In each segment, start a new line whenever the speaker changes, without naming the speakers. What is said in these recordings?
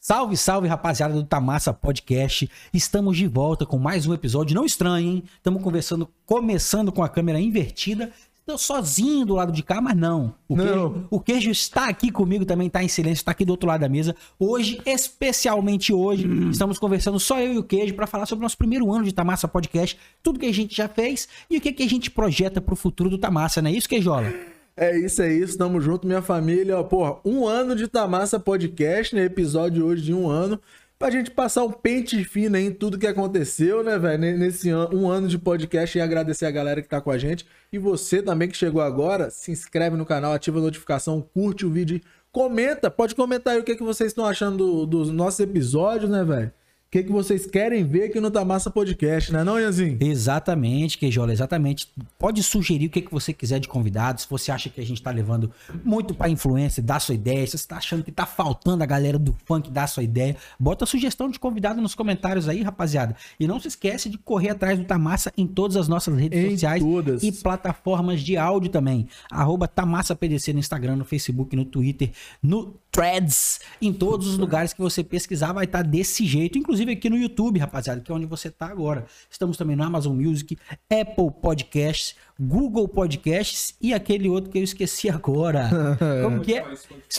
Salve, salve, rapaziada do Tamassa Podcast. Estamos de volta com mais um episódio. Não estranho, hein? Estamos conversando, começando com a câmera invertida. Estou sozinho do lado de cá, mas não. O,
Não.
Queijo, o queijo está aqui comigo também, está em silêncio, está aqui do outro lado da mesa. Hoje, especialmente hoje, estamos conversando só eu e o queijo para falar sobre o nosso primeiro ano de Tamassa Podcast, tudo que a gente já fez e o que, que a gente projeta para o futuro do Tamassa, não é isso, queijola?
É isso, é isso. Tamo junto, minha família. Ó, Porra, um ano de Tamassa Podcast, né? Episódio hoje de um ano. Pra gente passar um pente fino aí em tudo que aconteceu, né, velho? Ne- Nesse an- um ano de podcast e agradecer a galera que tá com a gente. E você também que chegou agora, se inscreve no canal, ativa a notificação, curte o vídeo, e comenta. Pode comentar aí o que, que vocês estão achando do- dos nossos episódios, né, velho? O que, que vocês querem ver aqui no Tamassa Podcast, né, não, Ianzinho?
Exatamente, Queijola, exatamente. Pode sugerir o que, que você quiser de convidado. Se você acha que a gente tá levando muito pra influência, dá sua ideia. Se você tá achando que tá faltando a galera do funk, dá sua ideia. Bota a sugestão de convidado nos comentários aí, rapaziada. E não se esquece de correr atrás do Tamassa em todas as nossas redes
Em
sociais
todas.
e plataformas de áudio também. Arroba Tamassa PDC no Instagram, no Facebook, no Twitter, no Threads, em todos os lugares que você pesquisar vai estar desse jeito, inclusive aqui no YouTube, rapaziada, que é onde você tá agora. Estamos também no Amazon Music, Apple Podcasts, Google Podcasts e aquele outro que eu esqueci agora. Como que é?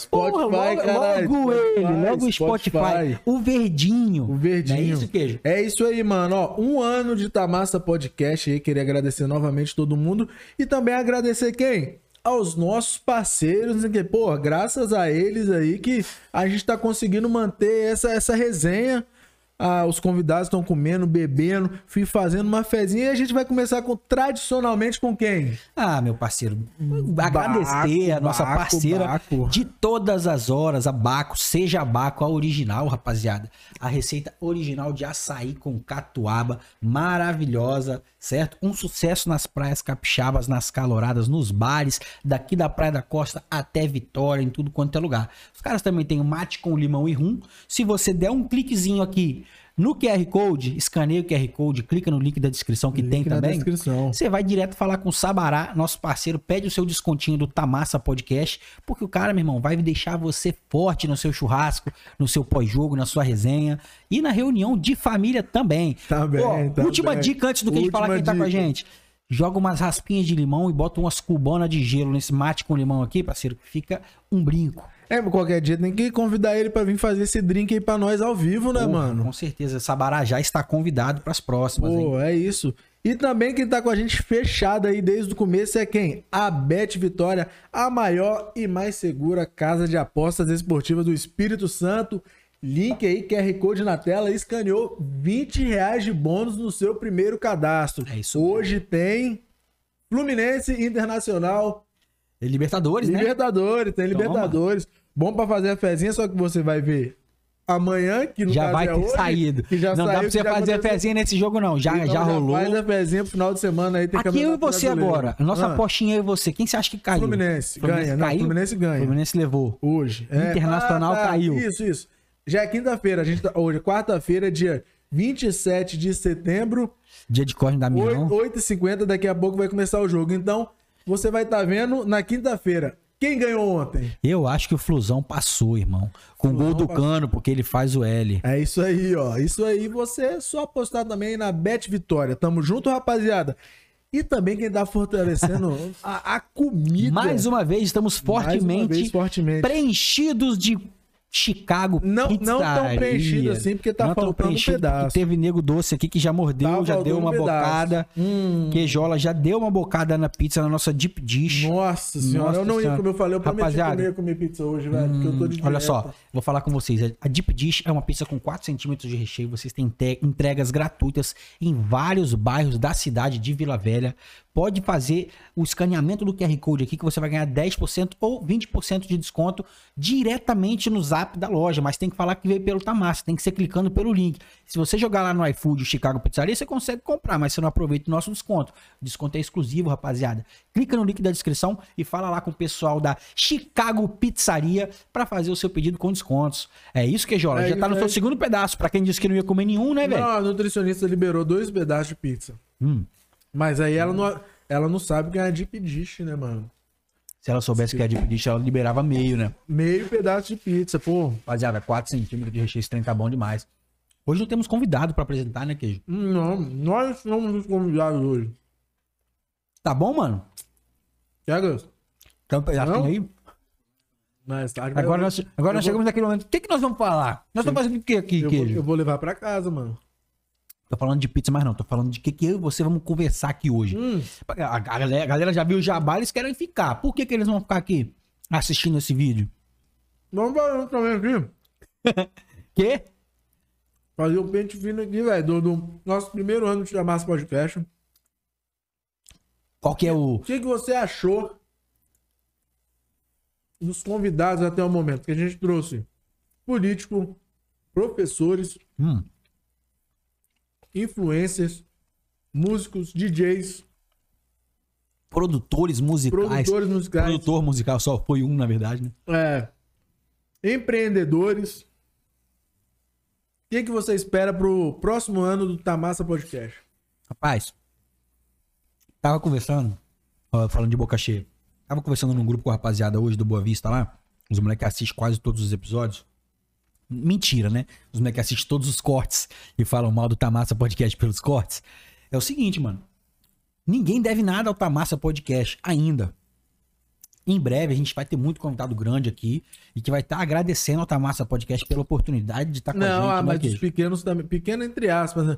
Porra, logo,
caralho,
logo
Spotify,
ele, logo o Spotify,
Spotify.
o verdinho.
O verdinho.
Não é isso, queijo?
É isso aí, mano. Ó, um ano de Tamassa Podcast aí. Queria agradecer novamente todo mundo. E também agradecer quem? Aos nossos parceiros, né, que, pô, graças a eles aí que a gente tá conseguindo manter essa, essa resenha. Ah, os convidados estão comendo, bebendo, fui fazendo uma fezinha e a gente vai começar com tradicionalmente com quem?
Ah, meu parceiro, agradecer a nossa
Hum, Baco,
parceira
Baco.
de todas as horas, a Baco, seja a Baco, a original, rapaziada. A receita original de açaí com catuaba, maravilhosa, certo? Um sucesso nas praias capixabas, nas caloradas, nos bares, daqui da Praia da Costa até Vitória, em tudo quanto é lugar. Os caras também têm o mate com limão e rum. Se você der um cliquezinho aqui no QR Code, escaneia o QR Code, clica no link da descrição que tem
Link na
também.
descrição.
Você vai direto falar com o Sabará, nosso parceiro, pede o seu descontinho do Tamassa Podcast, porque o cara, meu irmão, vai deixar você forte no seu churrasco, no seu pós-jogo, na sua resenha e na reunião de família também.
Tá bem, tá
última
bem.
dica antes do que a gente
Última
falar quem tá com a
dica.
gente. Joga umas raspinhas de limão e bota umas cubanas de gelo nesse mate com limão aqui, parceiro, que fica um brinco.
É, qualquer dia tem que convidar ele pra vir fazer esse drink aí pra nós ao vivo, né,
Porra,
mano?
Com certeza, Sabará já está convidado para as próximas, hein?
Pô, é isso. E também quem tá com a gente fechada aí desde o começo é quem? A Bet Vitória, a maior e mais segura casa de apostas esportivas do Espírito Santo. Link aí, QR Code na tela, escaneou 20 reais de bônus no seu primeiro cadastro.
É isso mesmo.
Hoje tem Fluminense Internacional,
E Libertadores, né?
Libertadores, tem
Toma.
Libertadores. Bom pra fazer a fezinha, só que você vai ver amanhã, que no
já
caso
vai
é
ter
hoje,
saído.
que já
não dá
saiu,
pra
que
você
já
fazer
aconteceu.
fezinha nesse jogo, não. Já,
Então
já rolou.
Faz a pezinha pro final de semana aí. Tem
Aqui eu e
campeonato
você
brasileiro.
agora. Nossa
Ah,
apostinha eu e você. Quem você acha que caiu?
Fluminense, ganha. Não,
caiu?
Fluminense ganha.
Fluminense levou.
Hoje. É, tá,
Internacional caiu.
Isso, isso. Já é quinta-feira. A gente tá... Hoje é quarta-feira, dia 27 de setembro,
Dia de corne da
oito-
Milão.
8h50. Daqui a pouco vai começar o jogo. Então, você vai estar vendo na quinta-feira. Quem ganhou ontem?
Eu acho que o Flusão passou, irmão. Com o gol do Cano, porque ele faz o L.
É isso aí, ó. Isso aí você é só apostar também na Bet Vitória. Tamo junto, rapaziada. E também quem tá fortalecendo a, a comida.
Mais uma vez, estamos
Mais uma
fortemente,
vez, fortemente.
preenchidos de Chicago
Não- não tão
Pizzaria.
preenchido assim, porque tá
Não tão
faltando um
preenchido,
pedaçço.
porque Teve nego doce aqui que já mordeu,
Tá
já deu
faltando
uma
um pedaço. Hum.
bocada. Queijola já deu uma bocada na pizza, na nossa deep dish.
Nossa senhora,
Nossa
eu não ia
senhora.
comer, eu falei, eu prometi que eu
Rapaziada.
não ia comer pizza hoje, velho, porque eu tô de dieta.
Hum, Olha só, vou falar com vocês. A Deep Dish é uma pizza com 4 centímetros de recheio. Vocês têm te- entregas gratuitas em vários bairros da cidade de Vila Velha. Pode fazer o escaneamento do QR Code aqui que você vai ganhar 10% ou 20% de desconto diretamente no zap da loja. Mas tem que falar que veio pelo Tamassa, tem que ser clicando pelo link. Se você jogar lá no iFood, Chicago Pizzaria, você consegue comprar, mas você não aproveita o nosso desconto. O desconto é exclusivo, rapaziada. Clica no link da descrição e fala lá com o pessoal da Chicago Pizzaria para fazer o seu pedido com descontos. É isso, Queijola.
É
Já tá no
isso, é
seu
isso.
segundo pedaço, para quem disse que não ia comer nenhum, né, velho?
Não, a nutricionista liberou dois pedaços de pizza.
Hum.
Mas aí ela não, ela não sabe ganhar deep dish, né, mano?
Você Se ela soubesse que era deep dish, ela liberava meio, né?
Meio pedaço de pizza, pô.
Rapaziada, 4 centímetros de recheio, esse trem tá bom demais. Hoje não temos convidado pra apresentar, né, Queijo?
Hum, Não, nós somos os convidados hoje.
Tá bom, mano?
Pega.
Então, já
Não?
tem aí?
Mais tarde. vai-
Agora é nós, agora
tá, eu
nós
vou-
chegamos naquele momento. O que, que nós vamos falar? Nós estamos fazendo o que aqui,
eu, vou,
Queijo?
eu vou levar pra casa, mano.
Tô falando de pizza, mas não. Tô falando de que, que eu e você vamos conversar aqui hoje.
Hum.
A, a galera, a galera já viu o jabá, eles querem ficar. Por que, que eles vão ficar aqui assistindo esse vídeo?
Vamos falar também aqui.
Quê?
Fazer um pente fino aqui, velho. Do, do nosso primeiro ano de Chamassa Podcast. O
Qual que é o.
que, que você achou dos convidados até o momento? Que a gente trouxe político, professores,
Hum,
influencers, músicos, DJs,
produtores musicais.
produtores musicais,
Produtor musical só foi um, na verdade, né?
é, empreendedores. O que, que você espera pro próximo ano do Tamassa Podcast?
Rapaz, tava conversando, ó, falando de boca cheia. Tava conversando num grupo com a rapaziada hoje do Boa Vista lá. Os moleques assistem quase todos os episódios. Mentira, né? Os moleques assistem todos os cortes e falam mal do Tamassa Podcast pelos cortes. É o seguinte, mano. Ninguém deve nada ao Tamassa Podcast ainda. Em breve a gente vai ter muito convidado grande aqui e que vai estar agradecendo ao Tamassa Podcast pela oportunidade de estar com
Não,
a gente.
ah,
né,
mas
Queijo?
os pequenos também. Pequeno entre aspas, né?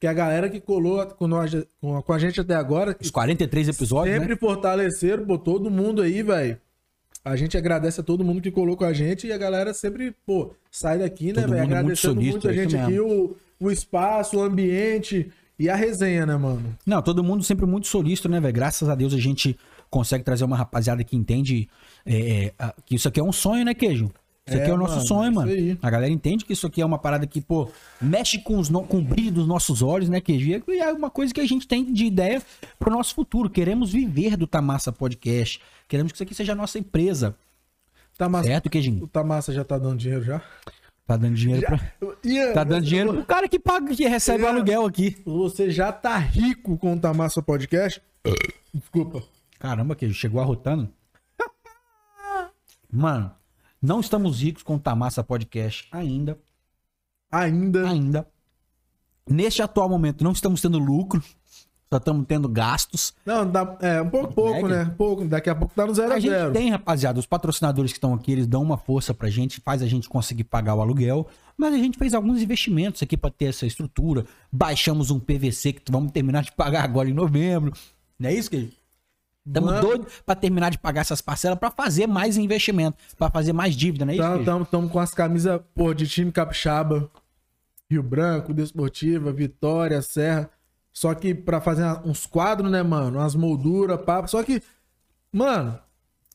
Que a galera que colou com, nós, com, a- com a gente até agora, que
Os 43 episódios, né?
sempre fortaleceram, pô, todo mundo aí, velho. A gente agradece a todo mundo que colou com a gente e a galera sempre, pô, sai daqui, né,
Todo
velho?
mundo muito
Agradecendo muito,
solista,
a
é isso
gente aqui, o, o espaço, o ambiente e a resenha, né, mano?
Não, todo mundo sempre muito solícito, né, velho? Graças a Deus a gente consegue trazer uma rapaziada que entende é, é, a- que isso aqui é um sonho, né, Queijo? Isso
É,
aqui é o nosso
mano,
sonho,
isso
mano.
aí.
A galera entende que isso aqui é uma parada que, pô, mexe com, os no- com o brilho dos nossos olhos, né, Queijo? E é- E é uma coisa que a gente tem de ideia pro nosso futuro. Queremos viver do Tamassa Podcast. Queremos que isso aqui seja a nossa empresa.
Tá massa,
Certo, Queijinho?
O Tamassa já tá dando dinheiro já?
Tá dando dinheiro pra.
Ian,
Tá dando dinheiro pro cara que paga, que recebe o aluguel aqui.
Você já tá rico com o Tamassa Podcast? Desculpa.
Caramba, que chegou arrotando. Mano, não estamos ricos com o Tamassa Podcast ainda.
Ainda.
Ainda. Neste atual momento, não estamos tendo lucro. Só estamos tendo gastos.
Não, dá, é, um pouco, pouco,
Mega.
né? Pouco, daqui a pouco tá no zero
A
a
gente
zero.
tem, rapaziada, os patrocinadores que estão aqui, eles dão uma força pra gente, faz a gente conseguir pagar o aluguel. Mas a gente fez alguns investimentos aqui pra ter essa estrutura. Baixamos um PVC que vamos terminar de pagar agora em novembro. Não é isso, que Estamos
Mano.
doidos pra terminar de pagar essas parcelas pra fazer mais investimento, pra fazer mais dívida, não é isso?
Então,
Queijo?
estamos com as camisas pô, de time capixaba, Rio Branco, Desportiva, Vitória, Serra. Só que pra fazer uns quadros, né, mano? Umas molduras, papo. Só que, mano,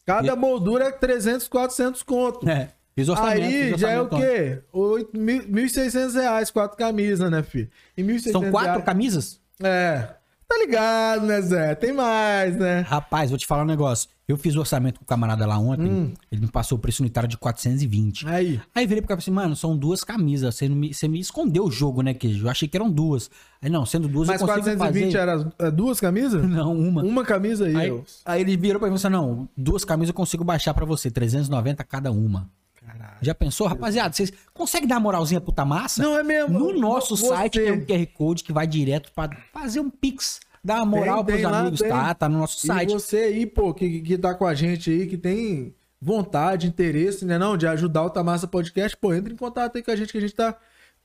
cada moldura é 300, 400 conto.
É. Fiz orçamento.
tá. Aí
fiz
já é o
orçamento
quê? Oito mil- 1.600 reais, quatro camisas, né, filho? E 1.600
ontem. São quatro
reais-
camisas?
É. Tá ligado, né, Zé? Tem mais, né?
Rapaz, vou te falar um negócio. Eu fiz orçamento com o camarada lá ontem.
Hum.
Ele me passou o preço unitário de 420.
Aí.
Aí eu virei pro cara e falei assim, mano, são duas camisas. Você não me, você me escondeu o jogo, né, Queijo? Eu achei que eram duas. Aí não, sendo duas
Mas
eu consigo
420
fazer...
era as- é, duas camisas?
Não, uma.
Uma camisa aí.
Aí,
eu-
aí ele virou pra mim e falou assim, não, duas camisas eu consigo baixar pra você. 390 cada uma.
Caralho.
Já pensou, rapaziada? Vocês conseguem dar uma moralzinha pro Tamassa?
Não, é mesmo.
No nosso
Você.
site tem um QR Code que vai direto pra fazer um pix, dar uma moral
Tem, tem
pros
lá,
amigos,
tem.
tá? Tá no nosso
E
site.
você aí, pô, que, que tá com a gente aí, que tem vontade, interesse, né, não, de ajudar o Tamassa Podcast, pô, entra em contato aí com a gente, que a gente tá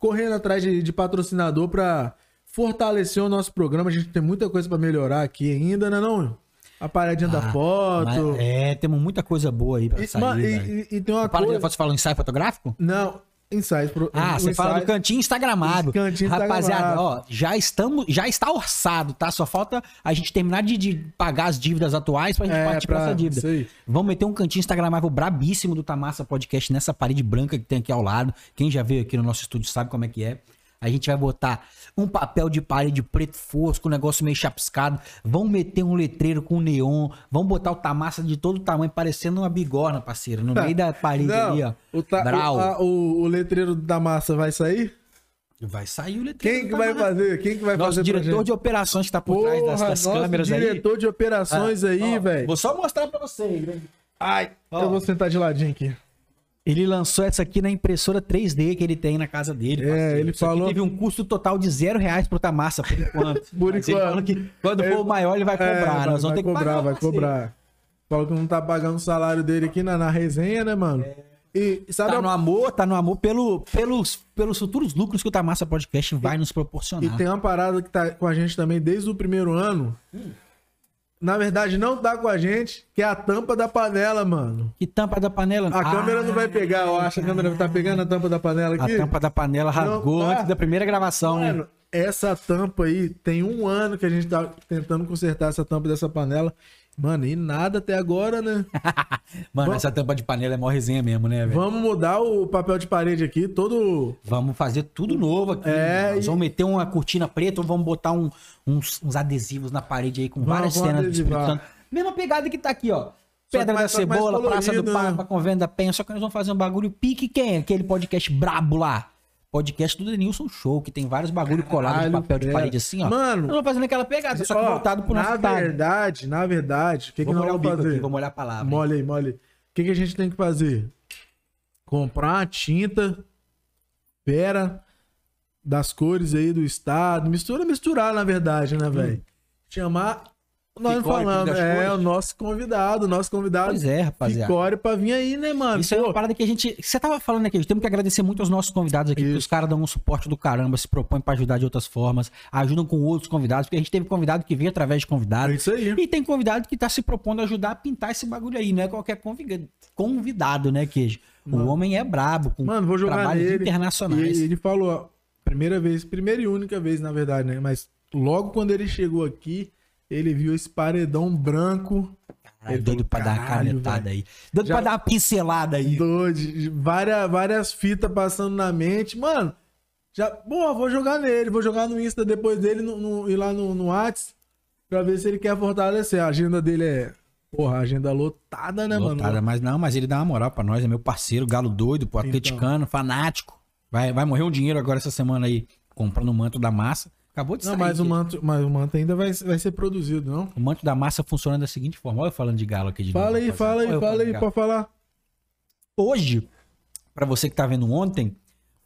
correndo atrás de, de patrocinador pra fortalecer o nosso programa. A gente tem muita coisa pra melhorar aqui ainda, né, não? A paradinha da
Ah,
foto.
Mas, é, temos muita coisa boa aí pra
E,
sair,
ma- e-
velho.
e- e tem uma
Para
coisa...
de, você fala um ensaio fotográfico?
Não, insights. Pro...
Ah,
o
você fala do
insight-
cantinho instagramado.
Cantinho
Rapaziada,
instagramado.
ó, já estamos, já está orçado, tá? Só falta a gente terminar de, de pagar as dívidas atuais pra gente
É,
partir pra,
pra-
essa dívida.
isso aí.
Vamos meter um cantinho instagramável brabíssimo do Tamassa Podcast nessa parede branca que tem aqui ao lado. Quem já veio aqui no nosso estúdio sabe como é que é. A gente vai botar um papel de parede preto fosco, um negócio meio chapiscado. Vão meter um letreiro com neon. Vão botar o Tamassa de todo tamanho, parecendo uma bigorna, parceiro. No meio da parede
Não,
ali, ó.
O, ta...
Brau.
o, a- o- o letreiro da massa vai sair?
Vai sair o letreiro.
Quem
do
que vai
Tamar.
fazer? Quem que vai
Nosso
fazer pra
diretor
gente?
de operações que tá por trás das, das
nosso
câmeras aí. Ah,
diretor de operações aí,
Ó,
velho.
Vou só mostrar pra vocês, né?
Ai,
Ó.
eu vou sentar de ladinho aqui.
Ele lançou essa aqui na impressora 3D que ele tem na casa dele.
É, ele
Isso aqui
falou-
teve um custo total de zero reais pro Tamassa, por enquanto.
Por
Mas ele
enquanto.
falou que quando
É,
for o maior, ele vai
É,
cobrar. né?
vai,
Nós
vai
vamos ter que
cobrar,
pagar o
vai
parceiro.
cobrar. Falou que não tá pagando o salário dele aqui na, na resenha, né, mano? E sabe
É. Tá
a-
no amor, tá no amor pelo, pelos, pelos futuros lucros que o Tamassa Podcast vai nos proporcionar.
E tem uma parada que tá com a gente também desde o primeiro ano.
Hum.
Na verdade, não tá com a gente, que é a tampa da panela, mano.
Que tampa da panela.
A
Ah,
câmera não vai pegar, eu acho. A câmera tá pegando a tampa da panela
A
aqui.
tampa da panela rasgou
tá. é
antes da primeira gravação. né?
Mano, essa tampa aí, tem um ano que a gente tá tentando consertar essa tampa dessa panela. Mano, e nada até agora, né?
É. Mano, essa tampa de panela é mó resenha mesmo, né, velho?
Vamos mudar o papel de parede aqui, todo.
Vamos fazer tudo novo aqui.
É,
Nós
e-
vamos meter uma cortina preta, vamos botar um- uns, uns adesivos na parede aí com várias
vamos
cenas do Espírito
adesivar.
Santo. Mesma pegada que tá aqui, ó.
que
Pedra da
mais- só que mais
Cebola, Praça do
colorido, né?
Papa, Convento da Penha. Só que nós vamos fazer um bagulho pique quem? Aquele podcast brabo lá. Podcast do Denilson Show, que tem vários bagulho colado de
Caralho,
papel de
velho.
parede assim, ó.
é. Mano.
Nós vamos fazendo aquela pegada, só que
Ó,
voltado pro
Na
nosso estado.
verdade, na verdade, o que, que
Vamos
nós
olhar o
vamos
bico
fazer?
aqui, vamos olhar a palavra. hein?
Mole aí, mole. aí. O que, que a gente tem que fazer? Comprar uma tinta, pera, das cores aí do estado. Mistura, misturar, na verdade, né, velho? Chamar. Nós não
Ficório,
falamos,
das
é
cores?
o nosso convidado, o nosso convidado.
Pois é, rapaziada.
Core pra vir aí, né, mano?
Isso é uma parada que a gente. Você tava falando aqui, a gente tem que agradecer muito aos nossos convidados aqui, porque
Isso.
os caras dão um suporte do caramba, se propõem pra ajudar de outras formas, ajudam com outros convidados, porque a gente teve convidado que veio através de
É
convidados.
isso aí.
E tem convidado que tá se propondo a ajudar a pintar esse bagulho aí, não é qualquer conviga- convidado, né, Queijo? O homem é brabo, com
Mano, vou jogar
trabalhos
nele.
internacionais.
E ele falou, ó, primeira vez, primeira e única vez, na verdade, né? Mas logo quando ele chegou aqui, ele viu esse paredão branco.
Caralho, doido pra dar uma
é Caralho,
canetada aí. Doido
Já-
pra dar uma pincelada aí.
Doido, várias, várias fitas passando na mente. Mano, já, boa, vou jogar nele, vou jogar no Insta depois dele no, no- e lá no, no Whats pra ver se ele quer fortalecer. A agenda dele é, porra, agenda lotada, né,
Lotada,
mano?
mas não, mas ele dá uma moral pra nós, é meu parceiro, galo doido, pô,
Então.
atleticano, fanático. Vai, vai morrer um dinheiro agora essa semana aí, comprando o manto da massa. Acabou de
Não,
sair.
mas o,
aqui.
manto, mas o manto ainda vai, vai ser produzido, não?
O manto da massa funciona da seguinte forma. Olha eu falando de galo aqui de novo,
Fala aí,
rapaziada.
fala
Olha é
aí,
eu
fala
falando de
aí,
galo.
pode falar.
Hoje, pra você que tá vendo ontem,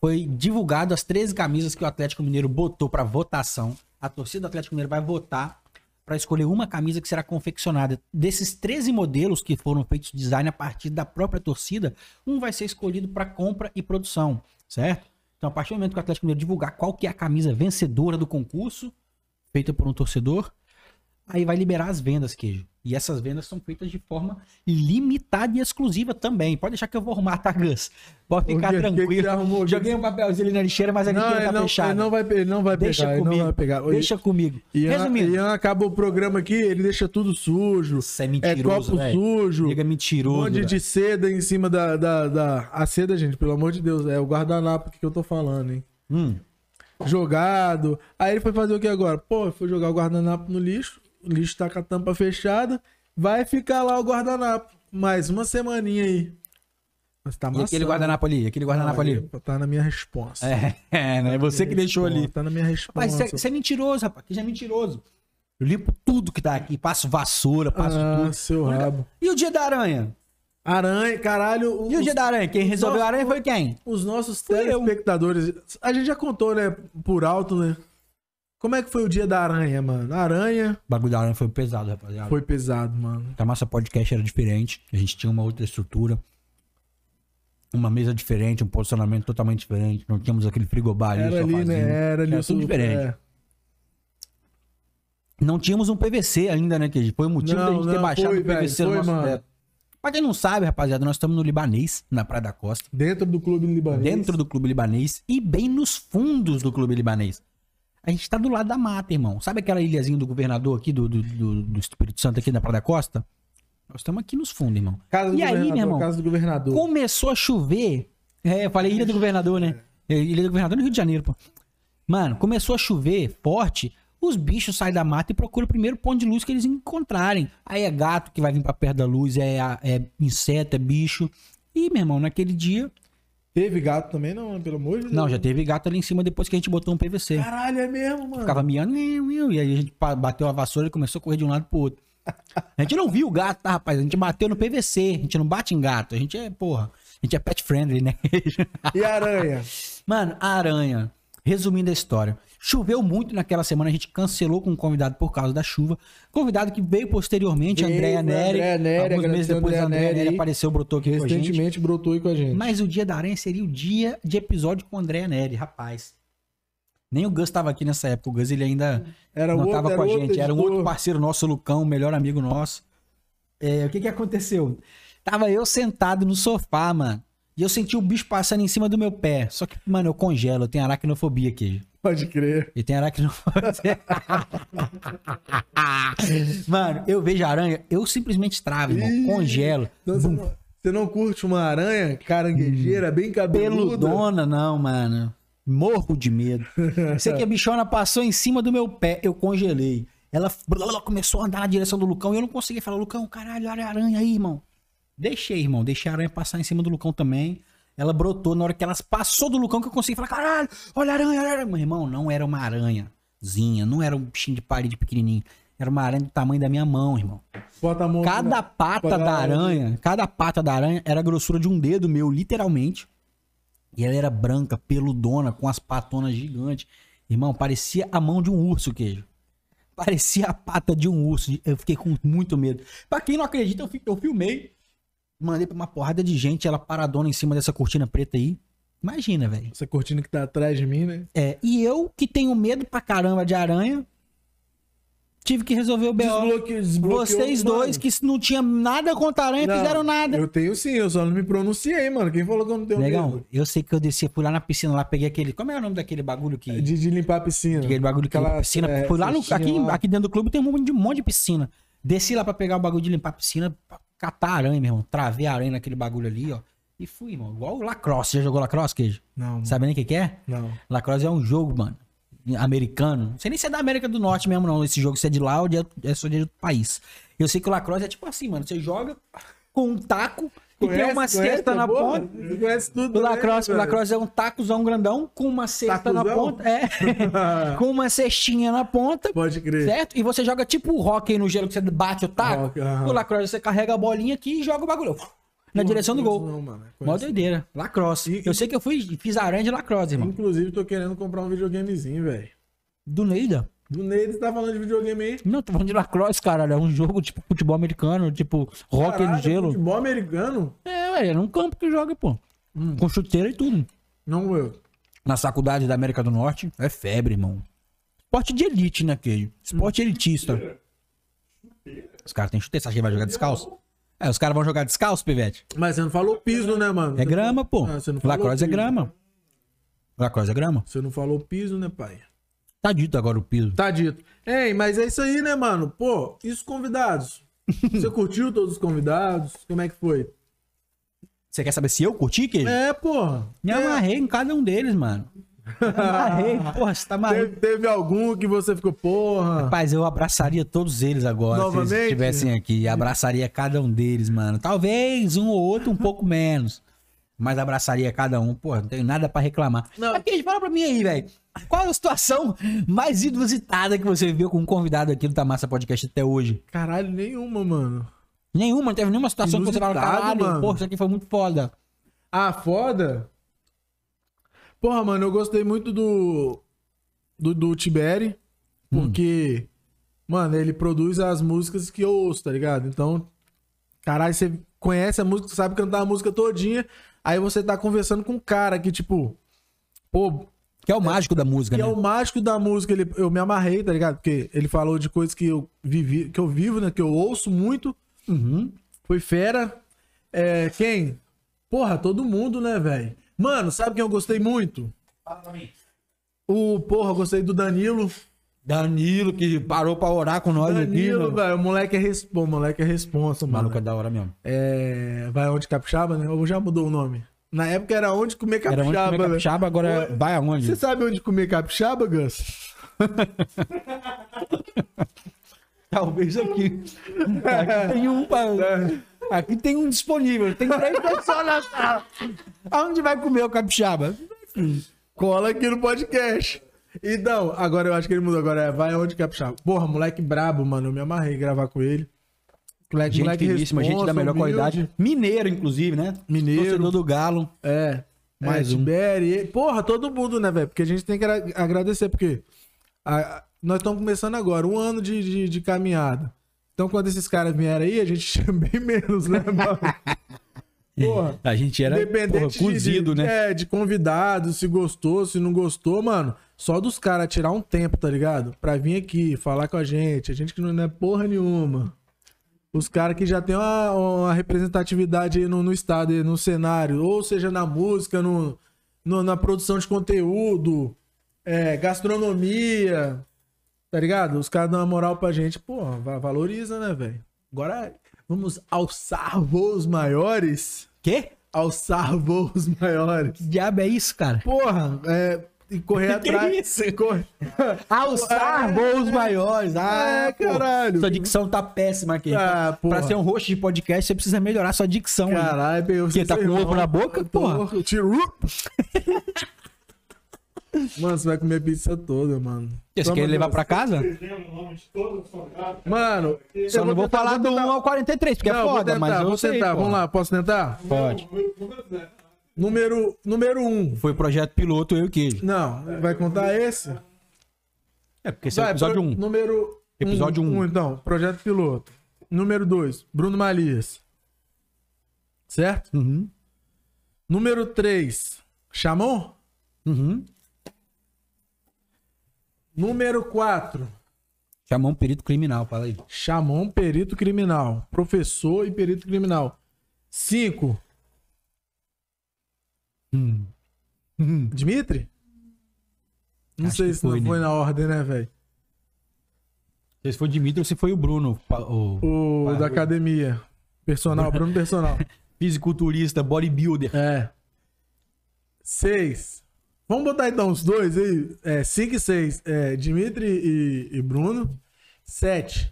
foi divulgado as 13 camisas que o Atlético Mineiro botou pra votação. A torcida do Atlético Mineiro vai votar pra escolher uma camisa que será confeccionada. Desses 13 modelos que foram feitos design a partir da própria torcida, um vai ser escolhido pra compra e produção, certo? Então, a partir do momento que o Atlético Mineiro divulgar qual que é a camisa vencedora do concurso, feita por um torcedor, aí vai liberar as vendas, queijo. E essas vendas são feitas de forma limitada e exclusiva também. Pode deixar que eu vou arrumar, tá, Gus? Pode
O
ficar
que- o que que
tranquilo.
você arrumou?
Joguei um papelzinho ali na lixeira, mas a
Não,
lixeira
ele
tá
não,
fechada.
ele não vai, pe- ele não vai
deixa
pegar, ele
comigo.
não vai pegar. Ele-
Deixa comigo.
Ian,
Resumindo.
Ian acaba o programa aqui, ele deixa tudo sujo.
Isso é
É
mentiroso,
copo
velho.
sujo.
Nega
Um
mentiroso.
monte
velho.
de seda em cima da, da, da- A seda, gente, pelo amor de Deus, é o guardanapo que eu tô falando, hein?
Hum.
Jogado. Aí ele foi fazer o que agora? Pô, foi jogar o guardanapo no lixo. O lixo tá com a tampa fechada. Vai ficar lá o guardanapo. Mais uma semaninha aí. Mas tá
E aquele
amassando.
guardanapo ali, aquele guardanapo ali.
Tá na minha resposta.
É, é, né? Você que deixou ali.
Tá na minha resposta.
Mas você é mentiroso, rapaz. Que já é mentiroso. Eu limpo tudo que tá aqui. Passo vassoura, passo
ah,
tudo.
seu rabo.
E o dia da aranha?
Aranha, caralho. o-
E o dia da aranha? Quem resolveu a
Nossa,
aranha foi quem?
Os nossos
eu.
telespectadores. A gente já contou, né? Por alto, né? Como é que foi o dia da aranha, mano? A aranha
O bagulho da aranha foi pesado, rapaziada.
foi pesado, mano.
A massa podcast era diferente. A gente tinha uma outra estrutura. Uma mesa diferente, um posicionamento totalmente diferente. Não tínhamos aquele frigobar ali,
Era ali, né?
sofazinho.
Era ali.
Era
o
tudo
su-
diferente.
é.
Não tínhamos um PVC ainda, né, que Foi o motivo
Não,
da gente ter
não,
baixado
foi,
o PVC
velho,
no
foi,
nosso
mano.
teto. Pra quem não sabe, rapaziada, nós estamos no Libanês, na Praia da Costa.
Dentro do clube libanês.
Dentro do Clube Libanês e bem nos fundos do Clube Libanês. A gente tá do lado da mata, irmão. Sabe aquela ilhazinha do governador aqui, do, do, do- do Espírito Santo aqui na Praia da Costa? Nós estamos aqui nos fundos, irmão.
Casa do
e aí,
governador,
meu irmão,
Casa do governador.
Começou a chover. É, eu falei Ilha do Governador, né? É, Ilha do Governador no Rio de Janeiro, pô. Mano, começou a chover forte. Os bichos saem da mata e procuram o primeiro ponto de luz que eles encontrarem. Aí é gato que vai vir pra perto da luz, é, a- é inseto, é bicho. E, meu irmão, naquele dia,
Teve gato também, não, né? pelo amor de Deus.
Não, já teve gato ali em cima depois que a gente botou um PVC.
Caralho, é mesmo, mano.
Ficava miando, miu, miu, e aí a gente pa- bateu a vassoura e começou a correr de um lado pro outro. A gente não viu o gato, tá, rapaz? A gente bateu no PVC, a gente não bate em gato, a gente é, porra, a gente é pet friendly, né?
E aranha?
Mano, a aranha. Resumindo a história, choveu muito naquela semana, a gente cancelou com um convidado por causa da chuva. Convidado que veio posteriormente,
Veio,
Andréa
foi a
Neri.
Andréa Neri,
alguns meses
agradecer a
depois, a
Andréa
Andréa
Neri
Neri
aí.
aparentemente brotou aqui com a gente.
Recentemente brotou aí com a gente.
Mas o dia da aranha seria o dia de episódio com o André Neri, rapaz. Nem o Gus estava aqui nessa época. O Gus ele ainda
Era
não
outro-
estava
era
com a
outro
gente. Era um
editor.
outro parceiro nosso, o Lucão, o melhor amigo nosso. É, o que que aconteceu? Tava eu sentado no sofá, mano. E eu senti o bicho passando em cima do meu pé. Só que, mano, eu congelo. Eu tenho aracnofobia aqui.
Pode crer.
E tem aracnofobia. mano, eu vejo aranha. Eu simplesmente travo, irmão.
Ih,
Congelo.
Então, você, não, você não curte uma aranha caranguejeira, bem cabeluda?
Hum. Peludona, não, mano. Morro de medo. Eu sei que a bichona passou em cima do meu pé, eu congelei. Ela blá, blá, blá, começou a andar na direção do Lucão e eu não consegui falar, Lucão, caralho, olha a aranha aí, irmão. Deixei, irmão, deixei a aranha passar em cima do Lucão também. Ela brotou na hora que ela passou do Lucão que eu consegui falar, caralho, olha a aranha, olha a aranha. Meu irmão, não era uma aranhazinha, não era um bichinho de parede pequenininho. Era uma aranha do tamanho da minha mão, irmão.
Bota a mão
Cada
na-
pata
Pra
da
galera.
aranha, cada pata da aranha era a grossura de um dedo meu, literalmente. E ela era branca, peludona, com as patonas gigantes. Irmão, parecia a mão de um urso, queijo. Parecia a pata de um urso. Eu fiquei com muito medo. Pra quem não acredita, eu, fi- eu filmei. Mandei pra uma porrada de gente, ela paradona em cima dessa cortina preta aí. Imagina, velho.
Essa cortina que tá atrás de mim, né?
É, e eu, que tenho medo pra caramba de aranha, tive que resolver o B.O.
Desbloque- desbloqueou,
Vocês
mano.
dois que não tinha nada contra a aranha,
Não,
fizeram nada.
Eu tenho sim, eu só não me pronunciei, mano. Quem falou que eu não tenho
Negão,
medo?
eu sei que eu desci, fui lá na piscina, lá peguei aquele. Como é o nome daquele bagulho que.
De, de limpar a piscina.
aquele bagulho que
Aquela,
piscina.
é,
fui lá no.
festinha
Aqui,
lá.
aqui dentro do clube tem um monte de, um monte de piscina. Desci lá pra pegar o bagulho de limpar a piscina, pra catar aranha, meu irmão. Travei a aranha naquele bagulho ali, ó. E fui, irmão. Igual o lacrosse. Já jogou lacrosse, queijo?
Não,
Sabe nem o que, que é?
não.
Lacrosse é um jogo, mano. Americano. Não sei nem se é da América do Norte mesmo, não. Esse jogo, se é de lá ou de, é só de outro país. Eu sei que o lacrosse é tipo assim, mano. Você joga com um taco e tem uma cesta
é
na
boa?
ponta.
Você Conhece tudo.
O
né,
lacrosse, o
velho?
lacrosse é um tacozão grandão com uma cesta na
Tacozão?
ponta. É. com uma cestinha na ponta,
Pode crer.
certo? E você joga tipo o hockey no gelo que você bate o taco.
Hockey, aham.
O lacrosse você carrega a bolinha aqui e joga o bagulho. Na
Não,
direção do
não,
gol.
Não, mano. é
Mó
Conhece-
doideira. Lacrosse.
E-
Eu sei que eu fui, fiz aranha de lacrosse, irmão.
Inclusive, tô querendo comprar um videogamezinho, velho.
Do Neida.
Do Neide tá falando de videogame aí.
Não, tô falando de lacrosse, caralho. É um jogo tipo futebol americano, tipo hockey
Caralho, é
no gelo.
Futebol americano?
É, ué, é num campo que joga, pô.
Hum.
Com chuteira e tudo.
Não, eu.
na faculdade da América do Norte. É febre, irmão. Esporte de elite, né, queijo? Esporte
Hum.
elitista. Os caras têm chuteira. Você acha que vai jogar descalço? É, os caras vão jogar descalço, pivete.
Mas você não falou piso, né, mano?
É
Você
grama, pô.
Ah, você não falou
Lacrosse é
piso.
grama. Lacrosse é grama.
Você não falou piso, né, pai?
Tá dito agora o piso.
Tá dito. Ei, mas é isso aí, né, mano? Pô, e os convidados? Você curtiu todos os convidados? Como é que foi?
Você quer saber se eu curti, queijo?
É, porra.
Me amarrei em cada um deles, mano. Me amarrei. Porra, você tá maluco.
Teve, teve algum que você ficou, porra.
Rapaz, eu abraçaria todos eles agora se eles
Novamente?
estivessem aqui. Abraçaria cada um deles, mano. Talvez um ou outro um pouco menos. Mas abraçaria cada um. Pô, não tenho nada pra reclamar.
Não.
Mas, Cris, fala pra mim aí, velho. Qual a situação mais inusitada que você viveu com um convidado aqui do Tamassa Podcast até hoje?
Caralho, nenhuma, mano.
Nenhuma, não teve nenhuma situação que você fala,
Inusitado,
caralho,
mano.
pô, isso aqui foi muito foda.
Ah, foda? Porra, mano, eu gostei muito do. Do, do Tiberi. Porque. Mano, ele produz as músicas que eu ouço, tá ligado? Então. Caralho, você conhece a música, sabe cantar a música todinha. Aí você tá conversando com um cara que, tipo. Pô,
Que é o mágico da música,
que
né?
é o mágico da música. Ele, eu me amarrei, tá ligado? Porque ele falou de coisas que eu, vivi, que eu vivo, né? Que eu ouço muito.
Uhum.
Foi fera. É, quem? Porra, todo mundo, né, velho? Mano, sabe quem eu gostei muito? O, porra, eu gostei do Danilo.
Danilo, que parou pra orar com nós
Danilo,
aqui. né?
velho. O moleque é responsa, moleque é responsa,
O maluco é
mano.
da hora mesmo.
É, vai onde capixaba, né? Ou já mudou o nome? Na época era onde comer
Era onde
capixaba,
comer
velho.
capixaba, agora
Ué,
vai aonde?
Você sabe onde comer capixaba, Gus?
Talvez aqui. Aqui tem um pra... Aqui tem um disponível, tem três pessoas na sala. Aonde vai comer o capixaba?
Cola aqui no podcast. Então, agora eu acho que ele mudou. Agora é vai onde capixaba. Porra, moleque brabo, mano. Eu me amarrei em gravar com ele. Moleque,
Gente finíssima, gente é da
responsa,
melhor
humilde.
qualidade. Mineiro, inclusive, né?
Mineiro.
Torcedor do Galo.
É.
Mais
Mais
um.
um. Porra, todo mundo, né, velho? Porque a gente tem que agra- agradecer, porque a- a- nós estamos começando agora, um ano de, de, de caminhada. Então, quando esses caras vieram aí, a gente tinha bem menos, né, mano? Porra.
A gente era porra,
Independente de-
cozido,
de,
né?
É, de convidado, se gostou, se não gostou, mano. Só dos caras tirar um tempo, tá ligado? Pra vir aqui, falar com a gente. A gente que não é porra nenhuma. Os caras que já tem uma, uma representatividade aí no, no estado, aí no cenário. Ou seja, na música, no, no- na produção de conteúdo, é, gastronomia. Tá ligado? Os caras dão uma moral pra gente. Pô, va- valoriza, né, velho? Agora vamos alçar voos maiores
Quê?
alçar voos maiores.
Que diabo é isso, cara?
Porra, é. E correr
Que
atrás.
isso?
Correr...
Alçar
É,
voos maiores. Ah,
é,
pô.
caralho.
Sua dicção tá péssima aqui.
Ah, porra.
pra ser um host de podcast, você precisa melhorar sua dicção. aí.
Caralho, eu
Porque tá com ovo na boca, porra.
Tiro. mano, você vai comer pizza toda, mano.
Você
Pelo
quer
amor de
é levar
Deus.
pra casa?
Mano,
Só não vou falar do 1 ao 43, porque
Não,
é
eu vou
foda,
tentar,
mas eu
vou
sei,
tentar.
pô.
Vamos lá, posso tentar?
Pode.
Número, número um.
Foi projeto piloto, eu e o queijo.
Não, vai contar esse?
É, porque esse é o
Vai,
episódio
pro-
1.
Número
Episódio um.
um, então, projeto piloto. Número 2, Bruno Malias. Certo?
Uhum.
Número 3, Chamon.
Uhum.
Número 4,
Chamou um perito criminal, fala aí.
Chamon, perito criminal. Professor e perito criminal. 5,
Hum. Hum.
Dimitri? Não
Acho
sei
que
se
foi,
não
né?
foi na ordem, né, velho?
Se foi o Dimitri ou se foi o Bruno, pa- o
O
Parou.
da academia. Personal, Bruno Personal.
fisiculturista, bodybuilder.
É. 6. Vamos botar então os dois aí. É, 5 e 6. É, Dimitri e, e Bruno. 7.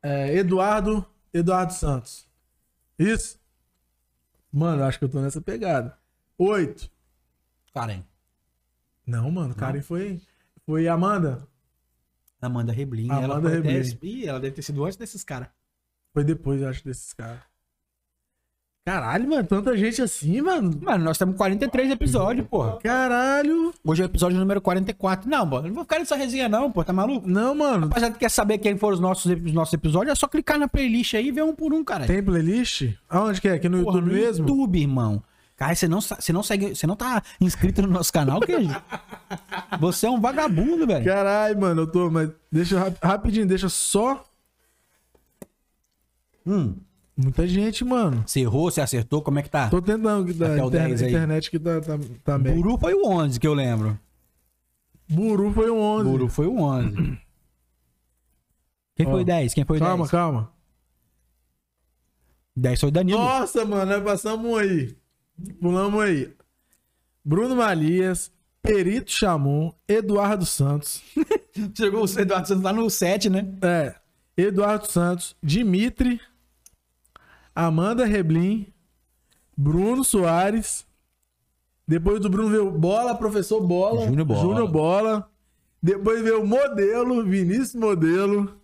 É, Eduardo. Eduardo Santos. Isso? Mano, eu acho que eu tô nessa pegada. 8.
Karen.
Não, mano, o cara foi. Foi Amanda.
Amanda Reblin.
Amanda
ela, foi até-
Reblin.
Ih, ela deve ter sido antes desses caras.
Foi depois, eu acho, desses caras. Caralho, mano, tanta gente assim, mano.
Mano, nós temos 43 episódios, porra.
Caralho.
Hoje é o episódio número 44. Não, mano, não vou ficar nessa resenha não, pô, tá maluco?
Não, mano.
Rapaziada, que quer saber quem foram os nossos, os nossos episódios? É só clicar na playlist aí e ver um por um, cara.
Tem playlist? Aonde que é? Aqui no
Porra,
YouTube
no
mesmo?
YouTube, irmão. Cara, você não, sa- você não segue, você não tá inscrito no nosso canal, queijo. Você é um vagabundo, velho.
Caralho, mano, eu tô, mas deixa eu rap- rapidinho, deixa só.
Hum,
Muita gente, mano.
você errou, você acertou, como é que tá?
Tô tentando que da
Até o
internet,
10 aí.
internet que tá, tá, tá bem.
Buru foi o 11 que eu lembro.
Buru foi um 11.
Buru foi o 11. Quem foi
Ó.
o 10? Quem foi o 10?
Calma, calma.
10 foi o Danilo.
Nossa, mano, nós passamos um aí. Pulamos um aí. Bruno Malias, Perito Chamon, Eduardo Santos.
Chegou o Eduardo Santos lá no 7, né?
É. Eduardo Santos, Dimitri, Amanda Reblin, Bruno Soares. Depois do Bruno veio Bola, professor Bola.
Júnior Bola.
Júnior Bola. Depois veio Modelo, Vinícius Modelo.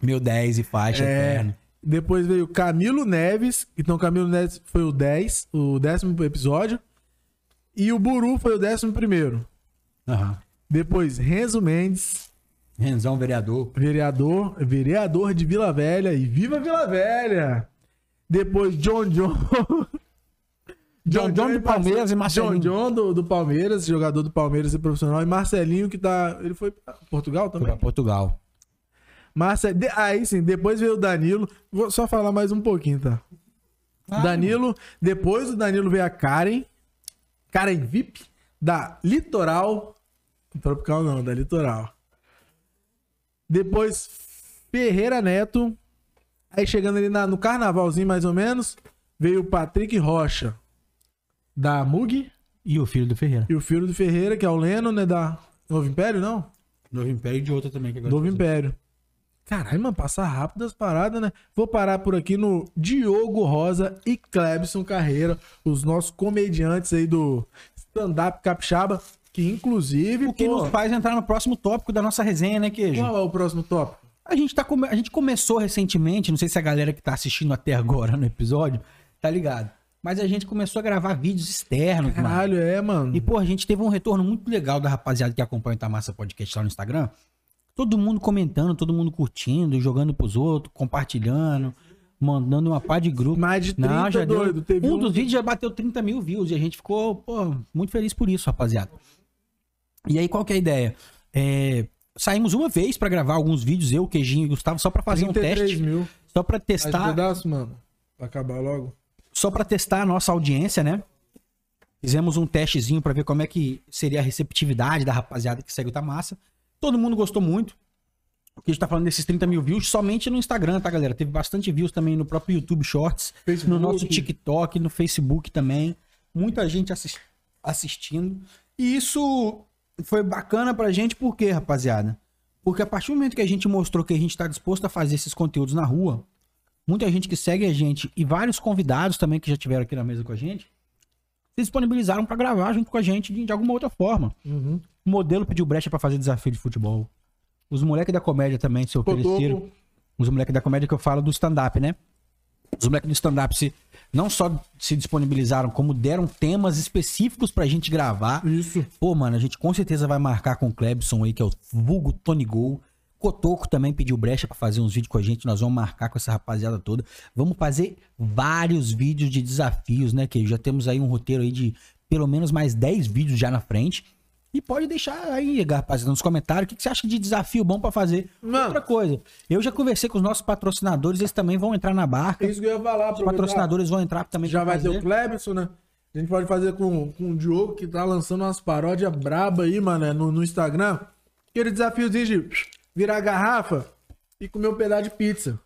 Meu 10 e faixa
É.
eterno.
Depois veio Camilo Neves. Então, Camilo Neves foi o 10, o décimo episódio. E o Buru foi o décimo primeiro.
Aham.
Depois, Renzo Mendes,
Renzão, vereador.
Vereador, vereador de Vila Velha e viva Vila Velha! Depois John John.
John John do
e Marce-
Palmeiras e Marcelinho.
John John do, do Palmeiras, jogador do Palmeiras e profissional. E Marcelinho, que tá. Ele foi pra Portugal
Foi pra
também?
Portugal.
Marce... de- Aí sim, depois veio o Danilo. Vou só falar mais um pouquinho, tá?
Ah,
Danilo. Depois do Danilo veio a Karen. Karen VIP, da Litoral. Tropical não, da Litoral. Depois Ferreira Neto. Aí chegando ali na- no carnavalzinho, mais ou menos, veio o Patrick Rocha, da Mug.
E o filho do Ferreira.
E o filho do Ferreira, que é o Leno, né? Da Novo Império, não?
Novo Império e de outra também. Que agora
Novo Império. Caralho, mano, passar rápido as paradas, né? Vou parar por aqui no Diogo Rosa e Clebson Carreira, os nossos comediantes aí do stand-up capixaba, que inclusive.
O que
pô,
nos faz entrar no próximo tópico da nossa resenha, né, Queijo?
Qual é o próximo tópico?
A gente, tá come- a gente começou recentemente, não sei se a galera que tá assistindo até agora no episódio, tá ligado? Mas a gente começou a gravar vídeos externos, mano.
Caralho, é, mano.
E, pô, a gente teve um retorno muito legal da rapaziada que acompanha o Tamassa Podcast lá no Instagram. Todo mundo comentando, todo mundo curtindo, jogando pros outros, compartilhando, mandando uma pá de grupo.
Mais de 30
Não, já deu-
doido. Teve
um,
um
dos vídeos já bateu 30 mil views e a gente ficou, pô, muito feliz por isso, rapaziada. E aí, qual que é a ideia? É, saímos uma vez pra gravar alguns vídeos, eu, Queijinho e Gustavo, só pra fazer um
33
teste,
mil.
só pra
Mais
testar,
um pedaço, mano. Pra acabar logo.
só para testar a nossa audiência, né? Fizemos um testezinho pra ver como é que seria a receptividade da rapaziada que segue o Tamassa. Todo mundo gostou muito. O que a gente tá falando desses 30 mil views somente no Instagram, tá, galera? Teve bastante views também no próprio YouTube Shorts
Facebook.
no nosso TikTok, no Facebook também. Muita gente assis- assistindo. E isso foi bacana pra gente, por quê, rapaziada? Porque a partir do momento que a gente mostrou que a gente tá disposto a fazer esses conteúdos na rua, muita gente que segue a gente e vários convidados também que já tiveram aqui na mesa com a gente, se disponibilizaram pra gravar junto com a gente de, de alguma outra forma.
Uhum.
O modelo pediu brecha pra fazer desafio de futebol. Os moleques da comédia também se ofereceram.
Potoco.
Os moleques da comédia que eu falo do stand-up, né? Os moleques do stand-up se, não só se disponibilizaram, como deram temas específicos pra gente gravar.
Isso.
Pô, mano, a gente com certeza vai marcar com o Clebson aí, que é o vulgo Tony Gol. Cotoco também pediu brecha pra fazer uns vídeos com a gente. Nós vamos marcar com essa rapaziada toda. Vamos fazer vários vídeos de desafios, né? Que já temos aí um roteiro aí de pelo menos mais 10 vídeos já na frente. E pode deixar aí, rapaziada, nos comentários o que, que você acha de desafio bom pra fazer.
Mano.
Outra coisa, eu já conversei com os nossos patrocinadores, eles também vão entrar na barca.
É isso que eu ia falar.
Os
aproveitar.
patrocinadores vão entrar também.
Já
pra
vai ter
fazer.
o Clebson, né? A gente pode fazer com, com o Diogo, que tá lançando umas paródias braba aí, mano, no, no Instagram. Aquele desafiozinho de virar garrafa e comer um pedaço de pizza.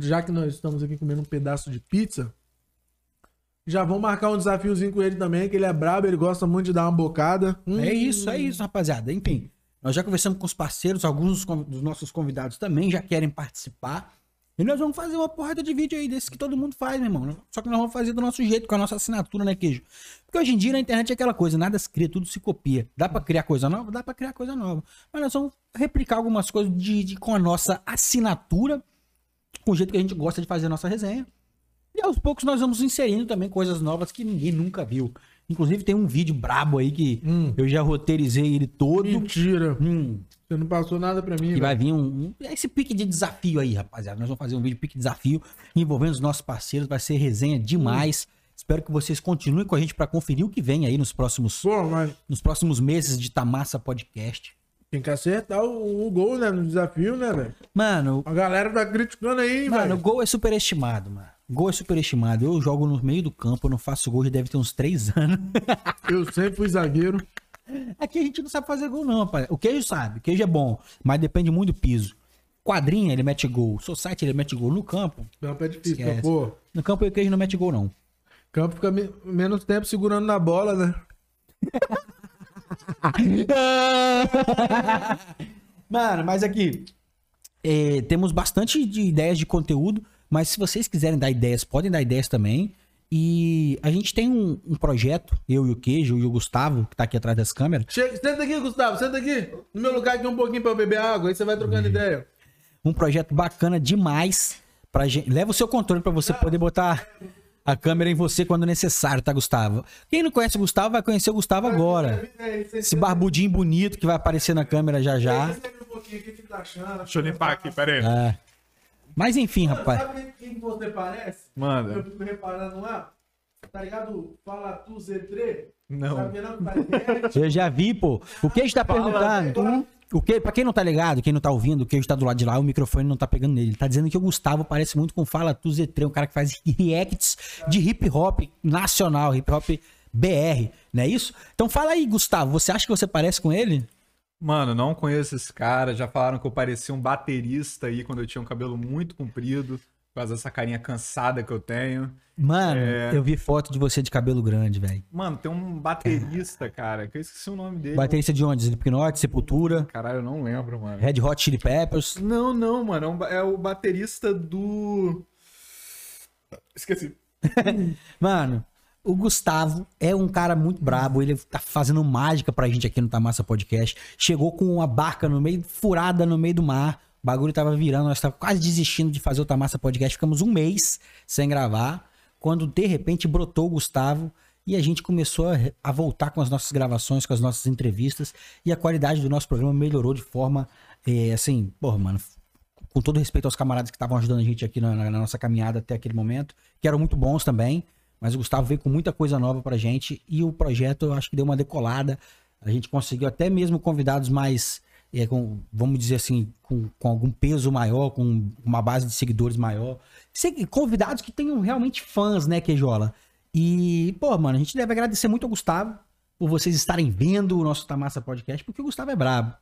Já que nós estamos aqui comendo um pedaço de pizza, já vão marcar um desafiozinho com ele também, que ele é brabo, ele gosta muito de dar uma bocada. Hum,
É isso, é isso, rapaziada. Enfim, nós já conversamos com os parceiros, alguns con- dos nossos convidados também já querem participar. E nós vamos fazer uma porrada de vídeo aí desse que todo mundo faz, meu irmão. Só que nós vamos fazer do nosso jeito, com a nossa assinatura, né, queijo? Porque hoje em dia na internet é aquela coisa, nada se cria, tudo se copia. Dá pra criar coisa nova? Dá pra criar coisa nova. Mas nós vamos replicar algumas coisas de, de- com a nossa assinatura, com o jeito que a gente gosta de fazer a nossa resenha. E aos poucos nós vamos inserindo também coisas novas que ninguém nunca viu. Inclusive tem um vídeo brabo aí que
Hum.
eu já roteirizei ele todo.
Mentira.
Hum,
Você não passou nada pra
e
mim. né? velho.
vai vir um, um- Esse pique de desafio aí, rapaziada. Nós vamos fazer um vídeo pique de desafio envolvendo os nossos parceiros. Vai ser resenha demais. Espero que vocês continuem com a gente pra conferir o que vem aí nos próximos,
Pô, mas
nos próximos meses de Tamassa Podcast.
tem que acertar o, o gol, né, no desafio, né, velho?
Mano,
A galera tá criticando aí,
mano,
velho.
gol é superestimado, mano. Gol é superestimado. Eu jogo no meio do campo, eu não faço gol, já deve ter uns três anos.
Eu sempre fui zagueiro.
Aqui a gente não sabe fazer gol, não, rapaz. O queijo sabe, o queijo é bom, mas depende muito do piso. Quadrinha, ele mete gol. Society, ele mete gol. No campo,
Campo é difícil,
Esquece.
pô.
no campo o queijo não mete gol, não.
Campo fica me- menos tempo segurando na bola, né?
Mano, mas aqui. é, temos bastante de ideias de conteúdo, mas se vocês quiserem dar ideias, podem dar ideias também. E a gente tem um, um projeto, eu e o Queijo e o Gustavo, que tá aqui atrás das câmeras,
Chega, senta aqui, Gustavo, senta aqui. No meu lugar aqui um pouquinho pra eu beber água, aí você vai trocando ideia.
um projeto bacana demais pra gente. Leva o seu controle pra você poder botar a câmera em você quando necessário, tá, Gustavo? Quem não conhece o Gustavo vai conhecer o Gustavo agora. Esse barbudinho bonito que vai aparecer na câmera já já.
Deixa eu limpar aqui, pera aí.
É. Mas enfim, rapaz.
Sabe quem você parece? Eu
Manda.
fico reparando lá. Tá ligado? Fala tu Z3.
Não.
Sabe não? Parece-
Eu já vi, pô. O queijo tá perguntando. O que, pra quem não tá ligado, quem não tá ouvindo, o queijo tá do lado de lá, o microfone não tá pegando nele. Ele tá dizendo que o Gustavo parece muito com o Fala Tu Z3, um cara que faz reacts de hip hop nacional, hip hop BR, não é isso? Então fala aí, Gustavo, você acha que você parece com ele?
Mano, não conheço esse cara. Já falaram que eu parecia um baterista aí quando eu tinha um cabelo muito comprido. Por causa dessa carinha cansada que eu tenho.
Mano, eu vi foto de você de cabelo grande, velho.
Mano, tem um baterista, cara, que eu esqueci o nome dele.
Baterista de onde? Slipknot, Sepultura,
Caralho, eu não lembro, mano.
Red Hot Chili Peppers.
Não, não, mano. é um ba- É o baterista do. Esqueci.
Mano, o Gustavo é um cara muito brabo. Ele tá fazendo mágica pra gente aqui no Tamassa Podcast. Chegou com uma barca no meio, furada no meio do mar. O bagulho tava virando, nós tava quase desistindo de fazer o Tamassa Podcast. Ficamos um mês sem gravar. Quando de repente brotou o Gustavo e a gente começou a, re- a voltar com as nossas gravações, com as nossas entrevistas. E a qualidade do nosso programa melhorou de forma eh, assim, porra, mano, com todo respeito aos camaradas que estavam ajudando a gente aqui na, na- na nossa caminhada até aquele momento, que eram muito bons também, mas o Gustavo veio com muita coisa nova pra gente e o projeto eu acho que deu uma decolada. A gente conseguiu até mesmo convidados mais, eh, com- vamos dizer assim, com, com algum peso maior, com uma base de seguidores maior. Segui- Convidados que tenham realmente fãs, né, Queijola? E, pô, mano, a gente deve agradecer muito ao Gustavo por vocês estarem vendo o nosso Tamassa Podcast, porque o Gustavo é brabo.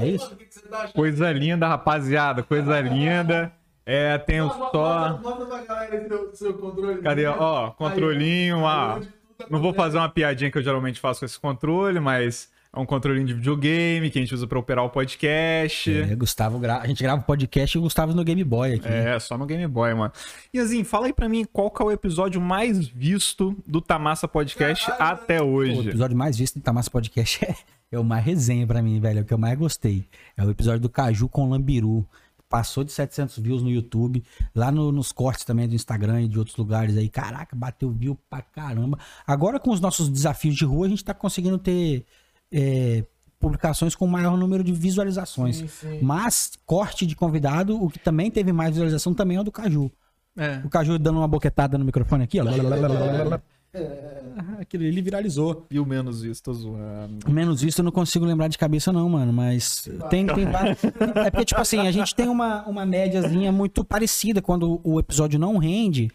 é isso?
o que, que você tá achando?
Coisa linda, rapaziada. Coisa linda. É, tem o só.
Manda pra galera aí seu, seu controle.
Cadê? Ó, controlinho. ah, não vou fazer uma piadinha que eu geralmente faço com esse controle, mas é um controlinho de videogame que a gente usa pra operar o podcast.
É, Gustavo gra- A gente grava o podcast e o Gustavo no Game Boy aqui.
É, só no Game Boy, mano. E assim, fala aí pra mim qual que é o episódio mais visto do Tamassa Podcast até
O
hoje.
episódio mais visto do Tamassa Podcast é, é o mais resenha pra mim, velho. É o que eu mais gostei. É o episódio do Caju com o Lambiru. Passou de 700 views no YouTube. Lá no- nos cortes também do Instagram e de outros lugares aí. Caraca, bateu view pra caramba. Agora com os nossos desafios de rua, a gente tá conseguindo ter é, publicações com maior número de visualizações. Mas corte de convidado, o que também teve mais visualização também é o do Caju.
É.
O Caju dando uma boquetada no microfone aqui, ó. Ah, Aquilo ali viralizou.
E o menos visto, tô zoando.
Menos isso, eu não consigo lembrar de cabeça, não, mano. Mas tem, tem vários. É porque, tipo assim, a gente tem uma, uma médiazinha muito parecida. Quando o episódio não rende,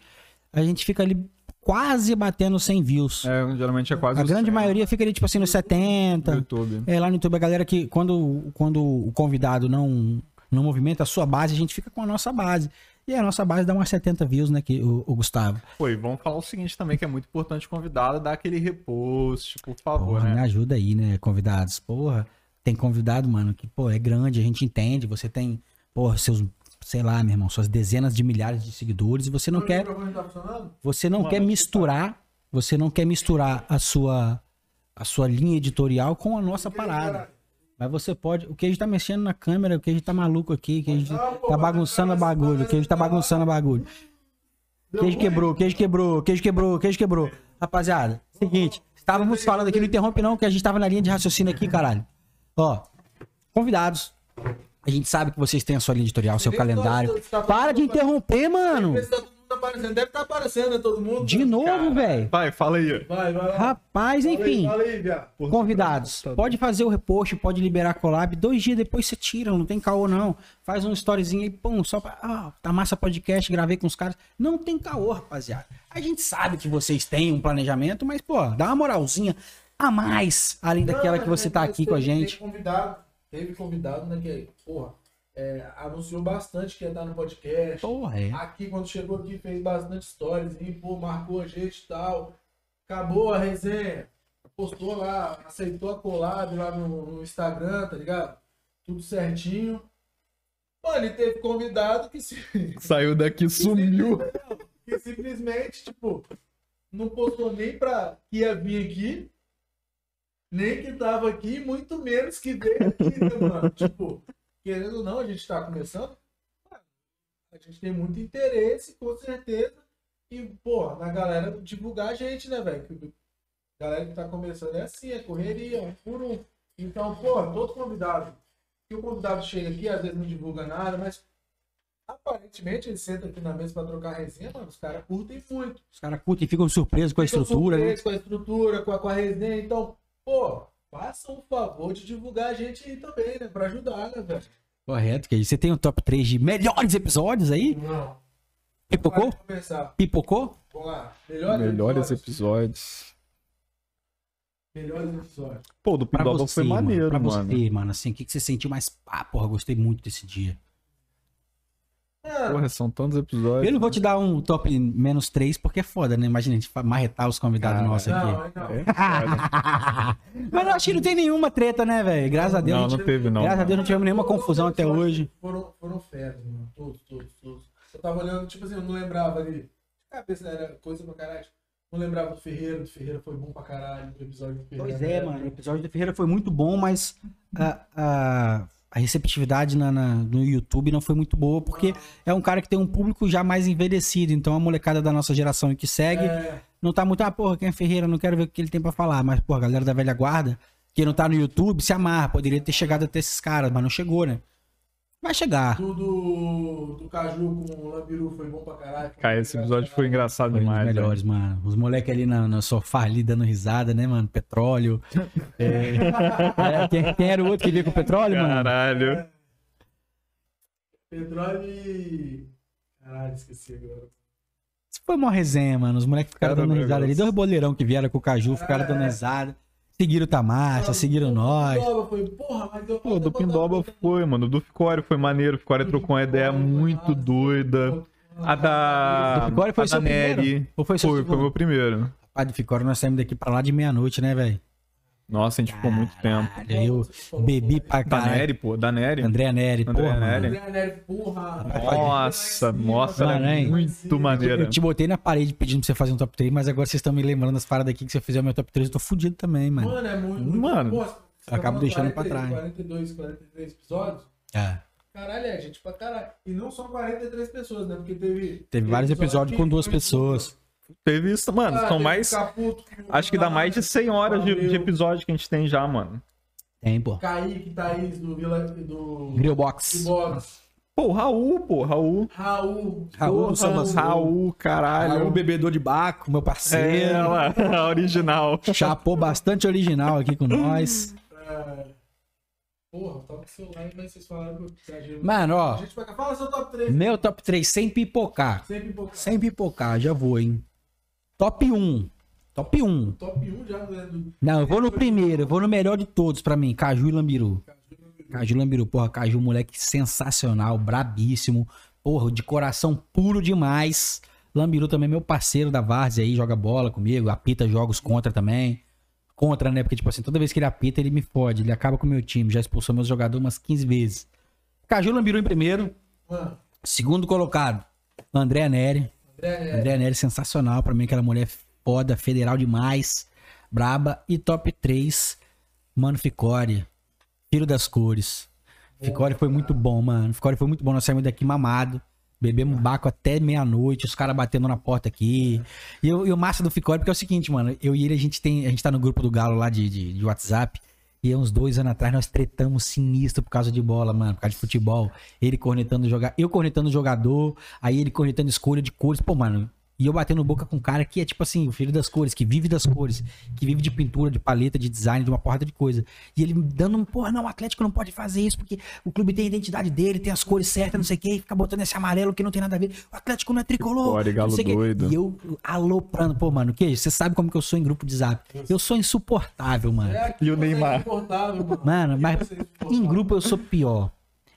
a gente fica ali quase batendo 100 views.
É, geralmente é quase
a
o
grande
cem
maioria fica ali, tipo assim, nos
do
70.
YouTube.
É, lá no YouTube, a galera que quando, quando o convidado não, não movimenta a sua base, a gente fica com a nossa base. E a nossa base dá umas 70 views, né, que, o, o Gustavo.
Pô, e vamos falar o seguinte também, que é muito importante o convidado dar aquele repost, por favor,
Porra, me
né?
ajuda aí, né, convidados? Porra, tem convidado, mano, que, pô, é grande, a gente entende, você tem, porra, seus, sei lá, meu irmão, suas dezenas de milhares de seguidores e você
Hum.
não
O
quer,
microfone tá funcionando?
você não
Mano,
quer
acho que
misturar, você não quer misturar a sua a sua linha editorial com a nossa parada. Mas você pode, o queijo tá mexendo na câmera, o queijo tá maluco aqui, o queijo
Não, pô,
tá
mas
bagunçando a
eu quero
bagulho, o queijo tá
saber-
bagunçando a bagulho. Queijo
é
quebrou, queijo quebrou, queijo quebrou, queijo quebrou. Rapaziada, seguinte, estávamos falando aqui, não interrompe não, que a gente estava na linha de raciocínio aqui, caralho. Ó, convidados. A gente sabe que vocês têm a sua linha editorial, seu calendário. Para de interromper, mano.
Vê se tá todo mundo aparecendo. Deve estar aparecendo, né, todo mundo.
De novo, velho.
Vai, fala aí.
Vai, vai lá.
Rapaz, enfim.
Fala aí, tá viado.
Convidados, pode fazer o repost, pode liberar a collab. Dois dias depois você tira, não tem caô não. Faz um storyzinho aí, pum, só pra. Ah, tá massa podcast, gravei com os caras. Não tem caô, rapaziada. A gente sabe que vocês têm um planejamento, mas, pô, dá uma moralzinha a mais, além daquela que você tá aqui com a gente.
é Teve convidado, teve convidado, né, que, porra, é, anunciou bastante que ia estar no podcast.
Porra, é.
Aqui, quando chegou aqui, fez bastante stories e, pô, marcou a gente e tal. Acabou a resenha. Postou lá, aceitou a collab lá no, no Instagram, tá ligado? Tudo certinho. Mano, e teve convidado que se,
Saiu daqui, sumiu.
que simplesmente, tipo, não postou nem pra que ia vir aqui, nem que tava aqui, muito menos que veio aqui, né, mano? Tipo, querendo ou não, a gente tá começando, a gente tem muito interesse, com certeza, e, pô, na galera divulgar a gente, né, velho? Que a Galera que tá começando é assim, é correria, um por um. Então, pô, todo convidado, que o convidado chega aqui, às vezes não divulga nada, mas aparentemente ele senta aqui na mesa pra trocar resenha, mano, os caras curtem muito
Os caras curtem e ficam surpresos com a
ficam
estrutura, né?
surpresos Com a estrutura, com a, com a resenha. Então, pô, façam o favor de divulgar a gente aí também, né? Pra ajudar, né, velho?
Correto, que Você tem um top 3 de melhores episódios aí?
Não.
Pipocou?
Vamos começar.
Pipocou?
Vamos lá. Melhores, episódios.
episódios.
Melhores episódios.
Pô, do
Pra
Pindoba
você,
foi
mano,
maneiro,
pra
mano.
você, mano, assim, o que, que você sentiu mais? Ah, porra, gostei muito desse dia.
Porra, são tantos episódios.
Eu não vou te dar um top menos 3, porque é foda, né? Imagina a gente fa- marretar os convidados
Cara,
nossos aqui.
É
não.
Mas eu acho que não tem nenhuma treta, né, velho? Graças a Deus.
Não,
a gente-
não teve, não.
Graças a Deus não tivemos nenhuma confusão até hoje.
Foram, foram feras, mano. Todos, todos, todos. Eu tava olhando, tipo assim, eu não lembrava ali. De cabeça era coisa pra caralho. Não lembrava do Ferreira, do Ferreira foi bom pra caralho, do episódio do Ferreira. né?
Pois é, mano. O episódio do Ferreira foi muito bom, mas a, a- a receptividade na- na- no YouTube não foi muito boa, porque é um cara que tem um público já mais envelhecido. Então a molecada da nossa geração que segue
É,
não tá muito, ah, porra, quem é Ferreira, não quero ver o que ele tem pra falar. Mas, porra, a galera da velha guarda, que não tá no YouTube, se amarra. Poderia ter chegado até esses caras, mas não chegou, né? Vai chegar.
do, do, do Caju com o Lambiru foi bom pra caralho.
Cara, esse episódio foi engraçado
Foi um dos
demais. velho.
melhores, mano. Os moleques ali na- no sofá ali dando risada, né, mano? Petróleo. É. É, quem, quem era o outro que veio com o petróleo, mano?
Caralho.
Petróleo e. Caralho, esqueci agora.
Isso foi uma resenha, mano. Os moleques ficaram
Cara, É.
dando
meu
risada ali.
Deus.
Dois boleirão que vieram com o Caju, ficaram dando risada. Seguiram o Tamacha, seguiram nós.
Pindoba foi, porra, mas eu.
Pô, do Pindoba foi, mano. Do Ficório foi maneiro. O Ficório trocou uma ideia muito doida. A da.
Do Ficório foi
a da
seu primeiro?
Nery.
Ou foi
Foi,
seu
foi,
segundo?
meu primeiro.
Rapaz, do Ficório, nós saímos daqui pra lá de meia-noite, né, velho?
Nossa, a gente ficou muito tempo.
Caralho, Eu bebi pra
Da
caralho.
Nery, é pô. Da Nery.
André Neri,
André
porra,
Neri.
mano.
André Nery, porra.
Nossa, nossa,
Mano,
ela é
hein?
muito maneira.
Eu te botei na parede pedindo pra você fazer um top 3, mas agora vocês estão me lembrando das paradas aqui que se eu fizer o meu top 3, eu tô fudido também, mano.
Mano, é muito.
Mano,
Pô, você tá
acabo
falando
deixando pra
43,
trás.
42, 43 episódios?
É.
Caralho, é gente pra caralho. E não são 43 pessoas, né? Porque teve.
Teve vários episódios com duas pessoas.
Teve isso, mano.
Ah,
São
teve
mais.
Caputo,
Acho que dá mais de 100 horas de, de
Valeu.
episódio que a gente tem já, mano.
Tem, pô.
Kaique, Thaís, do Vila. Do. do
Grillbox.
Box.
Pô, o Raul, pô, Raul.
Raul.
Raul
Porra,
do Samba
Raul.
Raul, caralho.
o bebedor de baco, meu
É
parceiro.
ela, a original.
Chapou bastante original aqui com nós.
É. Porra, eu tava com o celular, mas vocês falaram que eu exagero.
Mano,
A
ó.
gente vai. Fala seu top 3.
Meu top 3 sem pipocar.
Sempre bocado.
Sem pipocar, já vou, hein. Top 1. Top 1.
Top 1 já, né? Do
Não, eu vou no primeiro, eu vou no melhor de todos pra mim, Caju e Lambiru. Caju e Lambiru, porra, Caju, moleque sensacional, brabíssimo, porra, de coração puro demais. Lambiru também é meu parceiro da Várzea aí, joga bola comigo, apita jogos contra também. Contra, né? Porque, tipo assim, toda vez que ele apita, ele me fode, ele acaba com o meu time, já expulsou meus jogadores umas 15 vezes. Caju e Lambiru em primeiro,
Mano,
segundo colocado, André Neri.
Ah, André é, Nery.
André Neri, sensacional. Pra mim, aquela mulher foda, federal demais, braba. E top 3, mano, Ficore. Filho das cores. Ficore foi muito bom, mano. Ficore foi muito bom. Nós saímos daqui mamado. Bebemos baco até meia-noite, os caras batendo na porta aqui. E, eu, e o massa do Ficore, porque é o seguinte, mano. Eu e ele, a gente tem. A gente tá no grupo do Galo lá de, de, de WhatsApp. E há uns dois anos atrás nós tretamos sinistro por causa de bola, mano, por causa de futebol. Ele cornetando jogar, eu cornetando o jogador, aí ele cornetando escolha de cores. Pô, mano, e eu batendo boca com um cara que é tipo assim, o filho das cores, que vive das cores, que vive de pintura, de paleta, de design, de uma porrada de coisa. E ele me dando um, porra, não, o Atlético não pode fazer isso, porque o clube tem a identidade dele, tem as cores certas, não sei o quê, e fica botando esse amarelo que não tem nada a ver. O Atlético não é tricolor.
Tricolor, galo
não sei o quê.
doido.
E eu aloprando, pô, mano, que você sabe como que eu sou em grupo de zap. Eu sou insuportável, mano.
É aqui
E o
você é
Neymar.
insuportável, mano.
Mano,
E
mas
você é insuportável.
em grupo eu sou pior.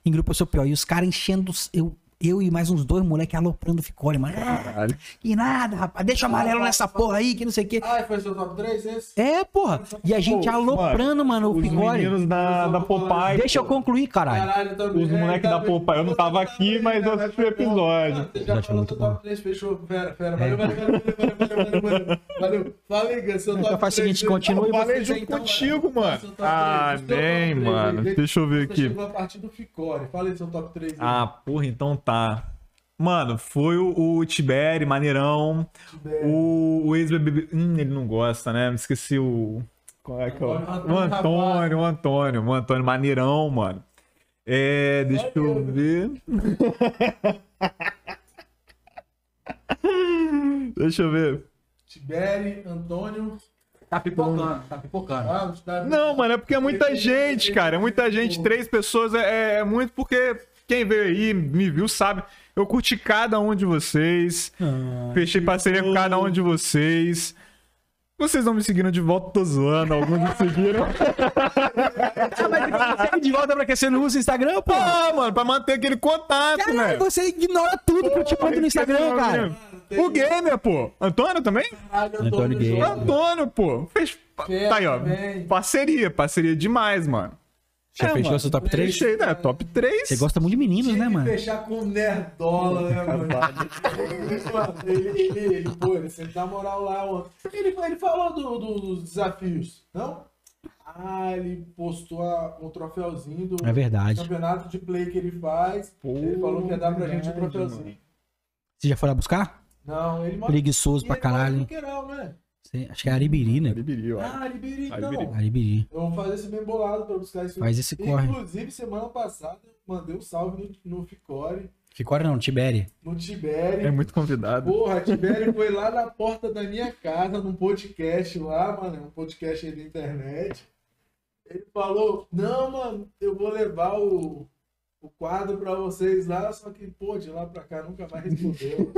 Em grupo eu sou pior. E os caras enchendo. os- Eu, eu e mais uns dois moleques aloprando o ficole, mano. Ah, que nada, rapaz. Deixa o amarelo nessa porra aí, que não sei o quê.
Ah, foi seu top 3 esse?
É, porra. E a gente aloprando, mano, o
Os
ficole.
meninos da, da Popeye.
Deixa eu
pô.
concluir, caralho.
Caralho, também. É, tá
Os moleque da Popeye. Eu não tava aqui, mas eu assisti o episódio.
Você Tá já
Episódio
falou
muito
seu top 3, fechou. Pera,
É.
pera. Valeu, valeu, valeu, valeu, valeu, valeu, valeu. Valeu. Fala aí, Gus, seu top 3.
Então faz o seguinte, continua
Eu
e
falei
vocês
junto
aí, então.
contigo,
Seu
mano.
top
Ah,
três, seu top
nem,
três,
mano.
gente.
Deixa eu ver
Você
aqui.
chegou a partir do Ficore. Fala aí seu top 3.
Ah, porra, então tá. Mano, foi o, o Tibere, maneirão. O, o ex-BBB. Hum, ele não gosta, né? Me esqueci o. Qual é que é o.
Antônio
O Antônio, o Antônio, o Antônio, maneirão, mano. É, deixa eu ver. deixa eu ver.
Tibere, Antônio.
Tá pipocando, tá pipocando.
Ah, tá...
Não, mano, é porque é muita gente, cara. É muita gente. Três pessoas é, é muito porque quem veio aí, me viu, sabe. Eu curti cada um de vocês. Fechei parceria com cada um de vocês. Vocês não me seguiram de volta, tô zoando. Alguns me seguiram.
Mas segue de volta pra que você não usa o Instagram, pô?
ah, mano, pra manter aquele contato,
Caralho,
né?
você ignora tudo que eu te mando no Instagram, cara.
é O gamer, pô. Antônio também?
Antônio Gay.
O Antônio, pô. Fez... Tá aí, ó.
também.
Parceria, parceria demais, mano.
Já
É,
fechou
mano.
seu top 3?
Fechei, né? Top 3.
Você gosta muito de meninos, né, mano?
Fechar com nerdola, né, mano? Mano, ele, ele, ele, pô, ele sempre dá moral lá. ó. Ele, ele falou do- do- dos desafios, não? Ah, ele postou a- um troféuzinho do
É verdade.
campeonato de play que ele faz. ele falou que ia dar pra gente um troféuzinho.
Você já foi lá buscar?
Não, ele mora
Preguiçoso pra
ele mora
caralho.
em
hein?
Quinqueirão, né?
Você- Acho que é Aribiri, né?
Caribiri, ó.
Ah, Libiri, então.
Libiri.
Aribiri.
Eu vou fazer esse bem bolado pra buscar esse
Faz esse corre.
Inclusive, semana passada, eu mandei um salve no, no Ficore,
Ficora não, Tibere.
no Tibério.
É muito convidado.
Porra, Tibério foi lá na porta da minha casa, num podcast lá, mano, um podcast aí da internet. Ele falou, não, mano, eu vou levar o, o quadro pra vocês lá, só que, pô, de lá pra cá nunca mais respondeu.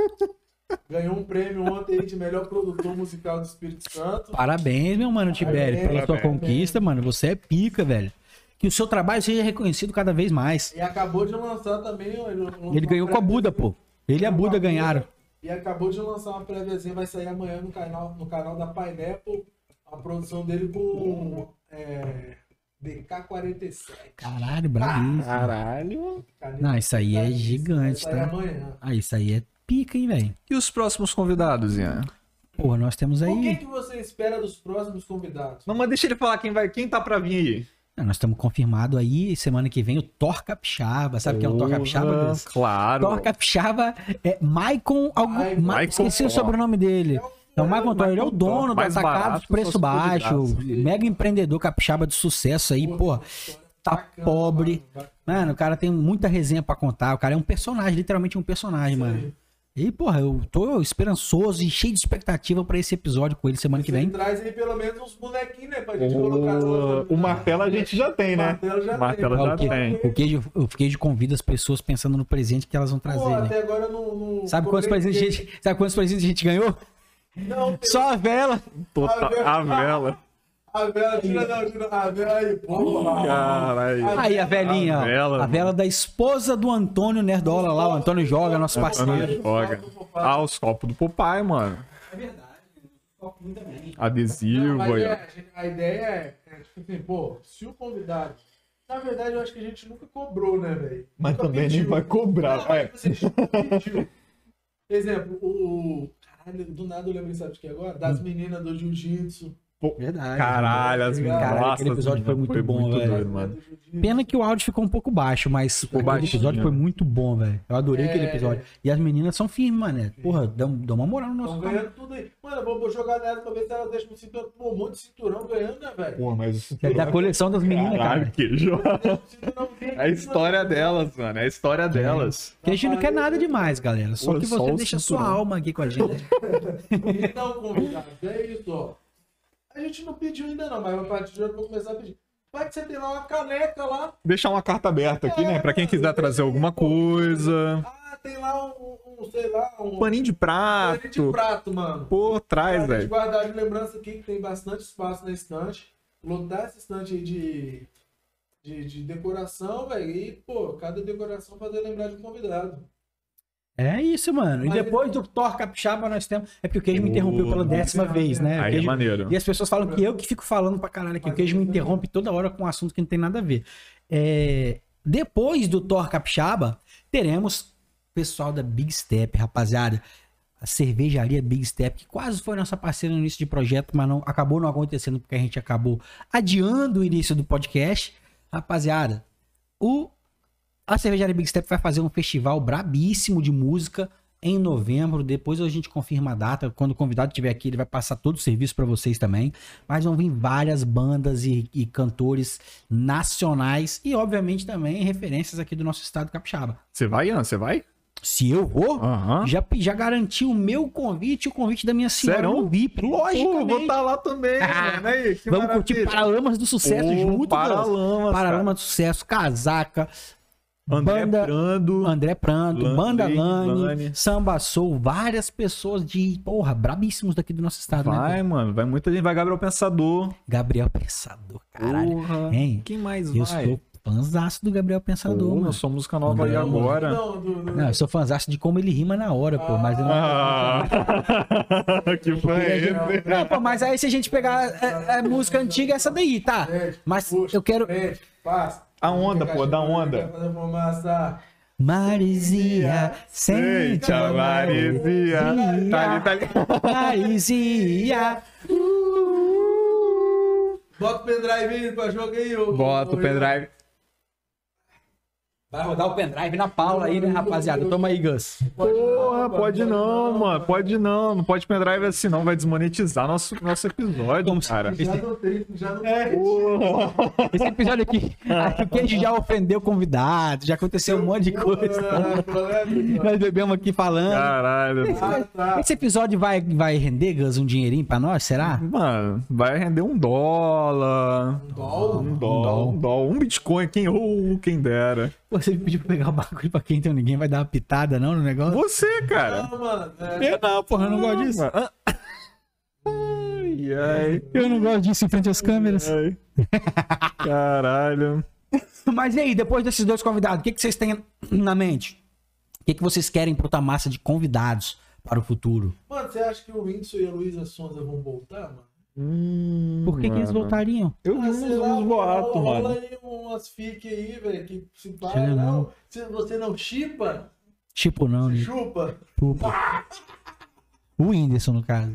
Ganhou um prêmio ontem aí de melhor produtor musical do Espírito Santo.
Parabéns, meu mano, Tibere,
Parabéns,
pela sua
parabéns.
conquista, mano. Você é pica, velho. Que o seu trabalho seja reconhecido cada vez mais.
E acabou de lançar também. ó, lançou um
Ele ganhou
uma
com a Buda, pô. Ele e a Buda ganharam.
E acabou de lançar uma préviazinha, vai sair amanhã no canal, no canal da Pineapple, a produção dele com é, DK47.
Caralho, bravíssimo.
Caralho.
Caneta
Não, isso aí é
Pineapple,
gigante,
vai sair
tá?
amanhã.
Ah, isso aí é pica, hein, velho.
E os próximos convidados, Ian?
Porra, nós temos
O que,
aí.
que você espera dos próximos convidados?
Não, mas deixa ele falar quem vai, quem tá pra vir aí.
Ah, Nós estamos confirmados aí. Semana que vem o Thor Capixaba. Sabe quem é o Thor
Porra,
Capixaba, Deus?
Claro.
Thor Capixaba é Maicon. Algum...
Maicon
Ma... Esqueci
Thor.
o sobrenome dele. É o Maicon Thor, ele é o dono do
Mais
Atacados,
barato,
preço
só
baixo,
se
graça.
mega empreendedor capixaba de sucesso aí, porra. Tá
Bacana,
pobre.
mano, bacana.
Mano, o cara tem muita resenha pra contar. O cara é um personagem, literalmente um personagem, mano. E, porra, eu tô esperançoso e cheio de expectativa pra esse episódio com ele semana que
Você
vem.
Traz aí pelo menos uns bonequinhos, né? Pra gente colocar no
O,
outro-
o martelo a gente já tem, né?
Martelo já
O martelo
tem.
Ah,
já
o que-
tem.
O queijo, o queijo convida as pessoas pensando no presente que elas vão
Pô, é um
trazer, né?
até agora eu não. não
Sabe quantos
comprei
presentes a gente, sabe quantos presentes a gente ganhou?
ninguém. Não, tem-
Só a vela.
Total- a vela.
A vela, tira não, tira. A vela aí, porra.
Caralho.
Ah,
Aí a velinha, ó.
A
a
vela,
vela,
mano.
da esposa do Antônio Nerdola lá, o Antônio joga,
é
nosso parceiro.
Mano, joga. Ah, os copos do Popeye, mano.
É verdade.
Adesivo
Mas
aí,
é,
ó.
a gente- a ideia é, é, tipo assim, pô, se o convidado. Na verdade, eu acho que a gente nunca cobrou, né, velho?
Mas
Nunca
também nem
pediu.
vai cobrar, é.
Não,
vai.
mas tipo vocês nunca pediu. Exemplo, o. Caralho, do nada eu lembrei, sabe de que agora?
Hum.
Das meninas do jiu-jitsu.
Verdade.
Caralho, as meninas.
Caralho,
Nossa,
aquele
as
episódio
meninas,
foi muito bom, velho.
doido, mano.
Do jiu-jitsu.
Pena que o áudio ficou um pouco baixo, mas o
baixinho,
episódio foi
né?
muito bom, velho. Eu adorei aquele
É.
episódio. E as meninas são firmes, mano. Porra, dá, dá uma moral no nosso
Estão
canal.
ganhando tudo aí. Mano, eu vou, vou jogar nela pra ver se ela deixa um, cinturão, pô, um monte de cinturão ganhando, né, velho?
Pô, mas
É da coleção das meninas,
Caralho,
cara.
queijo.
Um cinturão
É a história delas, mano. É a história delas.
Que a gente não quer nada demais, galera. Só
Pô,
que
só
você
o
deixa sua
cinturão.
alma aqui com a gente.
Então, convidados, é isso, ó. A gente não pediu ainda não, mas a partir de hoje eu vou começar a pedir. Vai que você tem lá uma caneca lá.
Deixar uma carta aberta aqui, né? Pra quem quiser trazer alguma coisa.
Ah, tem lá um, um, sei lá, um
Um paninho de
paninho de
prato.
prato, mano.
Pô, traz,
Pra gente
velho.
guardar de lembrança aqui que tem bastante espaço na estante. Lotar essa estante aí de, de, de decoração, velho. E, pô, cada decoração fazer lembrar de um convidado.
É isso, mano. E depois do Thor Capixaba, nós temos. É porque o queijo me interrompeu pela
Pô,
décima vez, né? O
Aí é
queijo-
maneiro.
E as pessoas falam que eu que fico falando pra caralho aqui. O queijo me interrompe toda hora com um assunto que não tem nada a ver. É, Depois do Thor Capixaba, teremos pessoal da Big Step, rapaziada. A cervejaria Big Step, que quase foi nossa parceira no início de projeto, mas não acabou não acontecendo porque a gente acabou adiando o início do podcast. Rapaziada, o a cervejaria Big Step vai fazer um festival brabíssimo de música em novembro. Depois a gente confirma a data. Quando o convidado estiver aqui, ele vai passar todo o serviço pra vocês também. Mas vão vir várias bandas e, e cantores nacionais e, obviamente, também referências aqui do nosso estado capixaba.
Você vai, Ian? Você vai?
Se eu vou,
Aham.
já, pe- já garanti o meu convite e o convite da minha senhora
Serão?
no VIP.
Pô, vou
Logicamente.
estar lá também,
Ah,
mano. Aí, que
Vamos
maravilha.
curtir Paralamas do Sucesso
Pô,
junto, Gus.
Paralamas, cara.
Paralama do Sucesso, Casaca,
André
Banda-
Prando.
André Pranto,
Lan-
Banda
Lady
Lani,
Lani.
Samba Soul, várias pessoas de, porra, brabíssimos daqui do nosso estado, né?
Vai, mano. Vai muita gente. Vai Gabriel Pensador.
Gabriel Pensador, caralho.
Porra.
Hein?
Quem mais
Eu
vai?
sou fãzaço do Gabriel Pensador,
Pô,
mano.
eu sou música nova aí
André-
agora.
Não, do- do-
Não, eu sou fãzaço de como ele rima na hora, pô. Mas, eu não-
Ah, que fã
Porque a
é
gente-
esse?
Não, pô, mas aí se a gente pegar é, é música antiga, é essa daí, tá? Mas eu quero.
Pede, passa.
A onda, pô, da onda.
Quer fazer fumaça.
Marizia, sente a Marizia.
Marizia. Tá ali, tá ali.
Marizia.
Bota o pendrive aí pra jogo aí, ô.
Bota
ô,
o pendrive.
Vai rodar o pendrive na Paula aí, né, rapaziada? Toma aí, Gus.
Porra, pode não, mano. Pode não. Não pode pendrive assim, não. Vai desmonetizar nosso, nosso episódio,
Como
cara.
se-
Já não tem, já não
É. Porra.
Esse episódio aqui, aqui o Queijo já ofendeu convidado, já aconteceu um monte de coisa.
Ah, problema, mano.
Nós bebemos aqui falando.
Caralho.
Ah, tá.
Esse episódio vai, vai render, Gus, um dinheirinho pra nós, será?
Mano, vai render um dólar.
Dólar?
Um dólar. Um dólar. Um Bitcoin. Quem, ou quem dera.
Pô, Você me pediu pra pegar o bagulho pra quem, então ninguém vai dar uma pitada, não, no negócio?
Você, cara.
Não, mano. É,
Eu não, porra, eu não gosto disso.
Ah, mano. Ai, ai.
Eu não gosto disso em frente às câmeras.
Ai. Caralho.
Mas e aí, depois desses dois convidados, o que, que vocês têm na mente? O que, que vocês querem pro Tamassa de convidados para o futuro?
Mano, você acha que o Whindersson e a Luísa Sonza vão voltar, mano?
Hum,
Por que, que eles
mano.
voltariam?
Eu vi
Ah,
uns,
sei lá,
uns boatos,
rola-
mano.
Rola aí umas fic aí, velho, que se
Sei
para,
lá.
não. Se você não chipa,
Tipo, não,
você
né?
chupa.
Chupa. O Whindersson, no caso.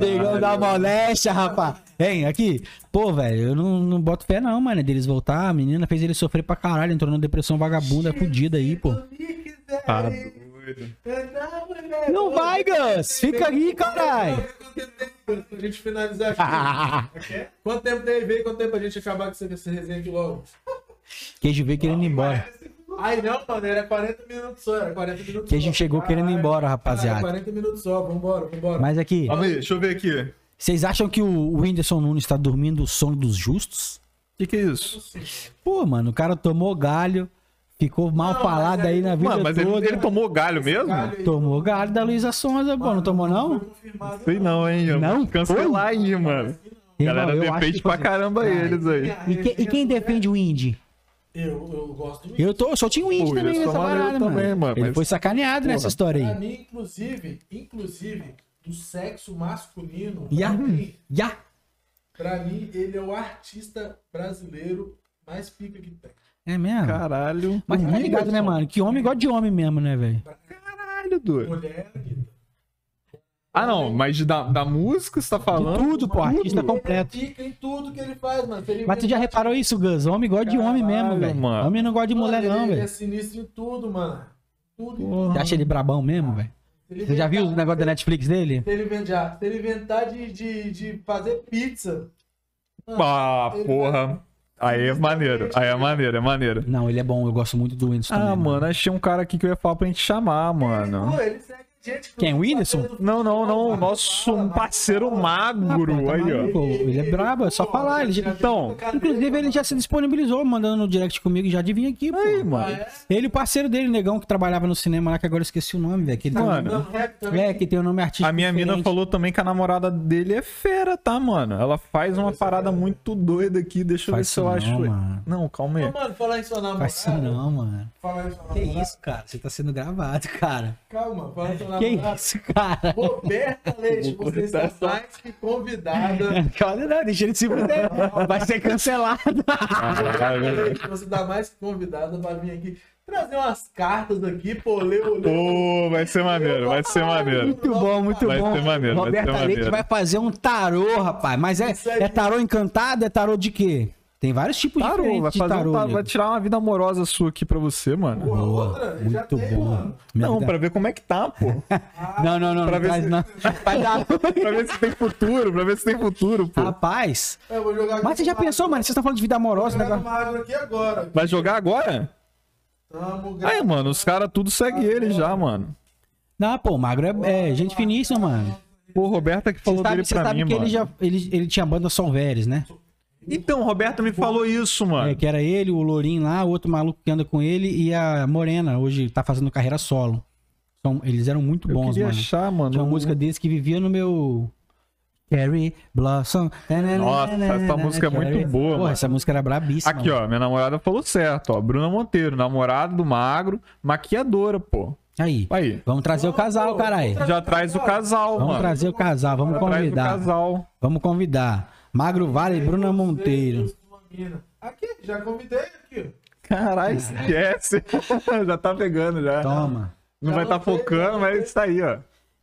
Negão da moléstia, rapaz. Hein, aqui. Pô, velho, eu não, não boto fé não, mano, deles voltar. A menina fez ele sofrer pra caralho, entrou numa depressão
é
vagabunda, fudida aí, pô.
Tá
Ah.
doido.
Não vai, Gus! Fica aí, caralho!
Pra gente finalizar aqui. Quanto tempo tem aí, veio? Quanto tempo pra gente acabar com essa, essa resenha aqui logo?
Queijo veio querendo ir embora.
Ai, não, mano, era 40 minutos só, era 40 minutos
Queijo
só.
chegou querendo ir embora,
Caralho,
rapaziada.
40 minutos só, vambora, vambora.
Mas aqui,
Calma aí, deixa eu ver aqui. O
vocês acham que o Whindersson Nunes tá dormindo o sono dos justos?
que, que é isso?
Pô, mano, o cara tomou galho, ficou mal
Não,
falado
mas é-
aí na vida
Mano, mas ele,
toda.
ele tomou galho mesmo?
Caralho, aí,
Tomou galho da Luísa Sonza, pô, não tomou não?
foi confirmado,
Sei não, hein? eu
Não?
vou Cancelar aí, mano.
Irmão,
Galera
eu acho
defende
que- assim.
pra caramba eles aí.
E, que- e quem defende o Indy?
Eu, eu gosto muito.
Eu, tô, eu só tinha o Indy
Pô, ele
também
é só
nessa
maneiro
parada,
também,
mano.
mano,
Ele
mas-
foi sacaneado nessa
Porra.
história
Pra
aí.
mim, inclusive, inclusive, do sexo masculino,
Ya,
pra, mim,
ya.
pra mim, ele é o artista brasileiro mais pica que tem.
É mesmo?
Caralho.
Mas tá ligado, né, mano? Que homem gosta de homem mesmo, né, velho?
Caralho, doido.
Mulher, Guita.
Ah, não, mas da, da música você tá
De
falando?
tudo, pô, artista completo.
Ele é pica em tudo que ele faz, mano. Se ele
Mas tu já reparou isso, Gus? Homem gosta de homem mesmo,
Caralho,
velho.
mano.
Homem não gosta de
Mano,
mulher,
ele-
não,
Ele é
velho.
sinistro em tudo, mano. Tudo.
Você acha ele brabão mesmo, velho?
Ele
Você já viu o
inventar-
negócio da Netflix dele?
Se ele inventar, se ele inventar de, de, de fazer pizza.
Ah, porra. Aí é maneiro. Aí é maneiro, é maneiro.
Não, ele é bom, eu gosto muito do Whindersson
Ah,
também, né?
mano, achei um cara aqui que eu ia falar pra gente chamar, mano.
Pô, ele segue gente. que
Quem,
tá
o Whindersson?
fazendo-
Ah, Não, não, não. o Nosso um parceiro
Ah, pô,
magro
tá
aí, ó.
maluco, Ele é brabo, é só falar. Ele já-
Então,
Inclusive, ele já se disponibilizou, mandando no direct comigo já de vir aqui, pô.
Aí, mano.
Ah, é?
Ele, e o parceiro dele, o negão, que trabalhava no cinema lá, que agora eu esqueci o nome, velho. que ele tem um
Mano.
Não, rap
nome-
também.
É, que tem o nome artístico.
A minha mina
diferente.
falou também que a namorada dele é fera, tá, mano? Ela faz uma parada muito doida aqui. Deixa eu ver
Faz
se eu
isso
acho.
não, mano.
Não, calma
Ô,
aí.
mano, falar em sua namorada.
Faz isso não, mano.
Falar em sua
né? Que
namorada.
isso, cara? Você tá sendo gravado, cara.
Calma, falar em sua
Que
namorada.
isso, cara?
Roberta Leite, você está mais que convidada.
Olha, não, deixa ele se fuder. Vai ser cancelado.
Leite, você está mais que convidada para vir aqui trazer umas cartas aqui, pô, lê, lê.
Pô, vai ser maneiro, vai ser maneiro.
Muito bom, muito
Vai
bom.
ser maneiro, vai
Roberta
ser maneiro.
Leite vai fazer um tarô, rapaz. Mas é,
aí.
é tarô encantado? É tarô de quê? Tem vários tipos
Tarô, vai
diferentes de
fazer
tarô.
um tarô,
nego.
vai tirar uma vida amorosa sua aqui pra você, mano.
Porra,
Boa,
outra, já
muito
tem,
bom.
mano.
Minha
Não,
vida-
pra ver como é que tá, pô.
não, não, não,
pra
não
ver
faz
se-
não. Vai dar
pra ver se tem futuro, pra ver se tem futuro, pô.
Rapaz,
É, Eu vou jogar
mas você já pensou, mano? Vocês estão falando de vida amorosa, né?
Jogar
negócio.
uma água aqui agora.
Vai jogar agora?
Tamo,
Aí,
gato.
mano, os caras tudo segue ele já, mano.
Não, pô, o Magro é, é gente finíssima, mano.
Pô, Roberta que
Você
falou
sabe,
dele
você
pra
sabe
mim,
que
mano.
ele já ele, ele tinha banda São Veres, né?
Então, o Roberto me falou isso, mano.
É, que era ele, o Lourinho lá, o outro maluco que anda com ele e a Morena, hoje tá fazendo carreira solo. Então, eles eram muito
Eu
bons,
queria
mano.
achar, mano.
Tinha uma música deles que vivia no meu. Cherry Blossom.
Nossa, essa música é muito
Cherry-
boa,
Porra,
mano.
essa música era brabíssima.
Aqui, ó, minha namorada falou certo, ó. Bruna Monteiro, namorada do Magro, maquiadora, pô.
Aí.
Aí.
Vamos trazer o casal, caralho.
Já traz o casal,
Vamos
mano.
trazer o casal, vamos
Já traz o
convidar.
casal.
Vamos convidar. Magro Vale e Bruna Monteiro.
Aqui, já convidei aqui.
Caralho, esquece. já tá pegando já.
Toma.
não vai tá focando, mas isso aí, ó.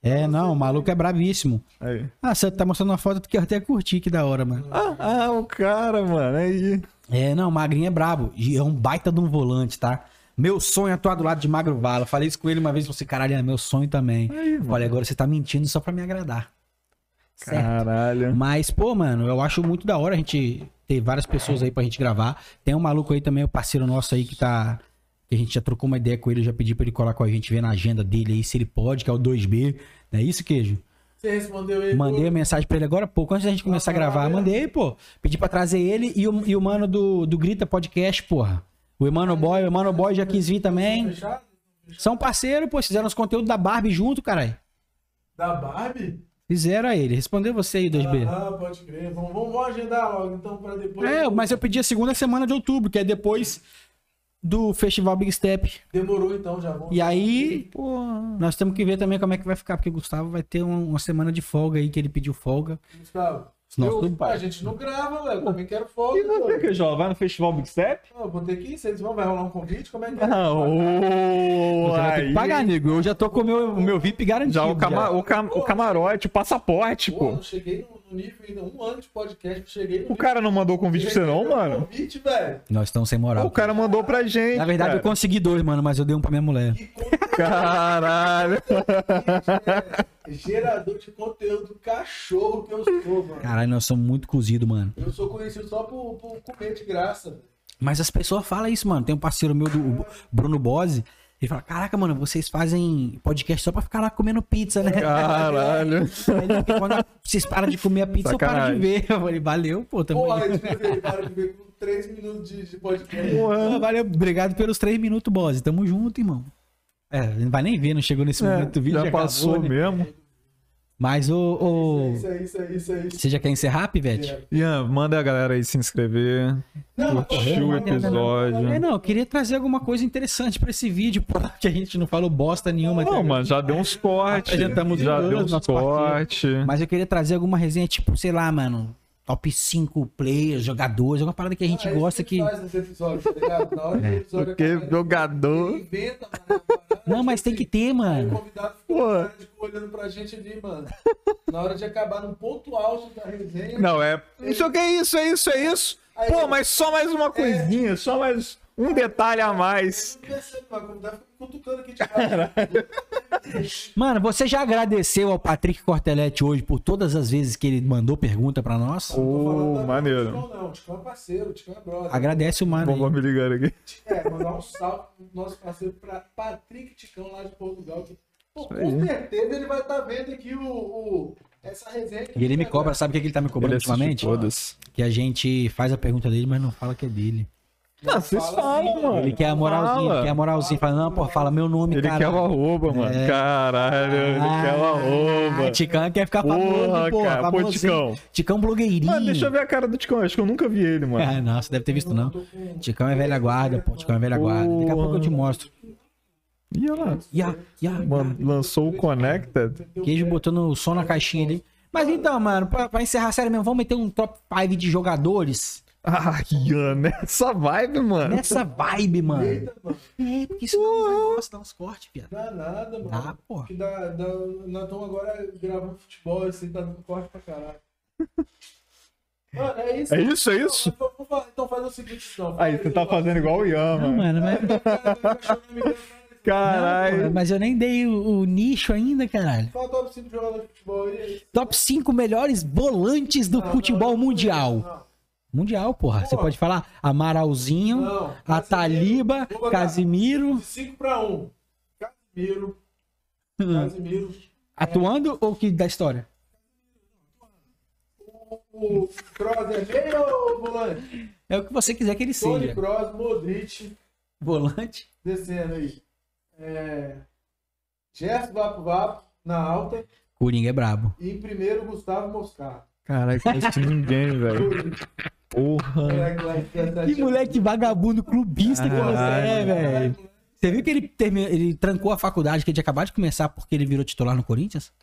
É, não, o maluco é brabíssimo.
Aí.
Ah, você tá mostrando uma foto que eu até curti, que da hora, mano.
Ah, ah, o cara, mano, aí.
É, não, o Magrinho é brabo. E é um baita de um volante, tá? Meu sonho é atuar do lado de Magro Vala. Falei isso com ele uma vez, você, caralho, é meu sonho também. Olha, agora você tá mentindo só pra me agradar.
Caralho.
Mas, pô, mano, eu acho muito da hora a gente ter várias pessoas aí pra gente gravar. Tem um maluco aí também, um parceiro nosso aí que tá. Que a gente já trocou uma ideia com ele, eu já pedi pra ele colar com a gente, ver na agenda dele aí se ele pode, que é o 2B. Não é isso, queijo?
Você respondeu ele.
Mandei a mensagem pra ele agora há pouco, antes da gente começar a gravar. Mandei, pô. Pedi pra trazer ele e o, e o mano do, do Grita Podcast, porra. O Emano Boy, o Emano Boy já quis vir também.
Fechado?
São parceiro, pô. Fizeram os conteúdos da Barbie junto, caralho.
Da Barbie?
Fizeram a ele. Respondeu você aí, 2B.
Ah, pode crer. Vamos, vamos agendar logo, então, pra depois.
É, mas eu pedi a segunda semana de outubro, que é depois do Festival Big Step.
Demorou então, já vamos.
E aí,
Porra.
nós temos que ver também como é que vai ficar, porque o Gustavo vai ter um- uma semana de folga aí, que ele pediu folga.
Gustavo.
Senão
eu-
tudo
a
para.
gente não grava, velho. Também quero folga.
E você,
velho.
Queijola, vai no Festival Big Step?
Ah, vou ter que ir. Vocês vão, vai rolar um convite? Como é que é?
Ah,
Não,
Você vai ter Então, que pagar, nego. Eu já tô com o meu, meu VIP garantido.
Já é o, cama-
já.
o cam- o camarote, o passaporte,
Pô,
pô.
eu cheguei no no nível ainda, um ano de podcast, eu cheguei no
O cara não mandou convite pra você, não, mano?
Convite, velho.
Nós estamos sem
Pô,
moral.
O cara mandou pra gente.
Na verdade, eu
cara.
consegui dois, mano, mas eu dei um pra minha mulher.
E convite
Caralho.
é gerador de conteúdo cachorro que eu sou, mano.
Caralho, nós somos muito cozido, mano.
Eu sou conhecido só por, por comer de graça. velho.
Mas as pessoas falam isso, mano. Tem um parceiro meu, do o Bruno Bose, ele fala: Caraca, mano, vocês fazem podcast só pra ficar lá comendo pizza, né?
Caralho.
Aí ele, quando vocês param de comer a pizza, eu paro de
Sacanagem.
ver. Eu falei, valeu, pô, tamo
Porra,
aí.
eles preferiram de ver com 3 minutos de, de podcast.
Ah, Valeu, obrigado pelos três minutos, Bose. Tamo junto, irmão. É, não vai nem ver, não chegou nesse momento do vídeo.
É, já passou
acabou, né?
mesmo.
Mas o.
Isso aí, isso aí, isso aí.
Você já quer encerrar, Pivete?
Ian, manda a galera aí se inscrever.
Não,
Curtiu o
É,
episódio.
né? não, eu queria trazer alguma coisa interessante pra esse vídeo, pô, que a gente não falou bosta nenhuma.
Não,
entendeu?
mano, já deu uns cortes.
Já estamos
Já
zoando
deu
os
uns
nossos
cortes.
Mas eu queria trazer alguma resenha, tipo, sei lá, mano, top 5 players, jogadores, alguma parada que a gente
Ah,
gosta
isso que
que.
a gente faz nos episódios, tá ligado? Na hora que o episódio
É. Porque
acabar, ele
jogador.
inventa, mano, uma parada,
Não, mas tem que ter,
O
mano.
um convidado ficou com cara de cu olhando pra gente ali, mano. Na hora de acabar no ponto alto da resenha.
Não, é. Isso que é isso, é isso, é isso. Pô, mas só mais uma coisinha, só mais um detalhe a mais.
Conversando, mano. O convidado fica cutucando aqui de cara.
Mano, você já agradeceu ao Patrick Cortelete hoje por todas as vezes que ele mandou pergunta pra nós?
Ô, maneiro.
Não, não. O Ticão é parceiro, o Ticão é brother.
Agradece o mano.
Vou
aí.
me ligar aqui.
É, mandar um salve pro nosso parceiro pra Patrick Ticão lá de Portugal. que, pô, com certeza ele vai estar vendo aqui o, o- essa resenha. que
E ele me
tá
cobra, sabe o que que ele tá me cobrando
Ele assiste
ultimamente?
todas.
Que a gente faz a pergunta dele, mas não fala que é dele.
Não, vocês
falam,
falam, mano.
Ele quer a moralzinha,
Fala.
ele quer a moralzinha. Fala, não, pô, fala meu nome,
Ele
cara. É.
quer o arroba, mano. Caralho, ele quer o arroba.
Ah, Ticão quer ficar famoso,
Porra,
porra.
cara. Pô,
famoso,
Ticão.
Ticão blogueirinho.
Mano, deixa eu ver a cara do Ticão. Acho que eu nunca vi ele, mano.
Ah, não, você deve ter visto, não. Ticão é velha guarda, pô. Ticão é velha guarda. Daqui a
Porra.
pouco eu te mostro.
Ih, olha lá.
Ya, ya,
Mano,
ya.
lançou o Connected.
Queijo botando o som na caixinha ali. Mas então, mano, pra, pra encerrar sério mesmo, vamos meter um top 5 de jogadores
Ah, Ian, nessa vibe, mano.
nessa vibe, mano.
Eita, mano.
É, porque isso não vai dar uns cortes, piada.
Dá é nada, mano.
Dá, pô.
Que dá, dá, nós estamos agora gravando futebol, assim, tá dando corte pra caralho. Mano, é isso.
É isso, é isso?
Então, vamos falar- Então faz o seguinte, então.
Aí, você tá fazendo igual o Ian,
Não,
mano.
mano, mas,
Caralho.
mas eu nem dei o, o nicho ainda, caralho.
Fala top 5 jogadores de futebol aí. é isso.
Top 5 melhores volantes do futebol mundial.
Não,
Mundial, porra. Você
Pô.
pode falar Amaralzinho,
Não.
a Taliba,
Vou botar. É.
Casimiro.
5 pra 1. Casimiro. Casimiro.
Atuando ou que da história?
O o Kroos é meio ou volante?
É o que você quiser que ele
Tony
seja.
Kroos, Modric,
Volante.
descendo aí. É... Gerson Vapo Vapo na alta
Coringa é brabo.
e em primeiro Gustavo Moscato.
Caralho, que isso ninguém, velho. Porra.
Moleque lá em Santa
Que
Tia-
moleque vagabundo clubista que você é,
Caralho.
velho. Você viu que ele, termi- ele trancou a faculdade que ele tinha acabado de começar porque ele virou titular no Corinthians?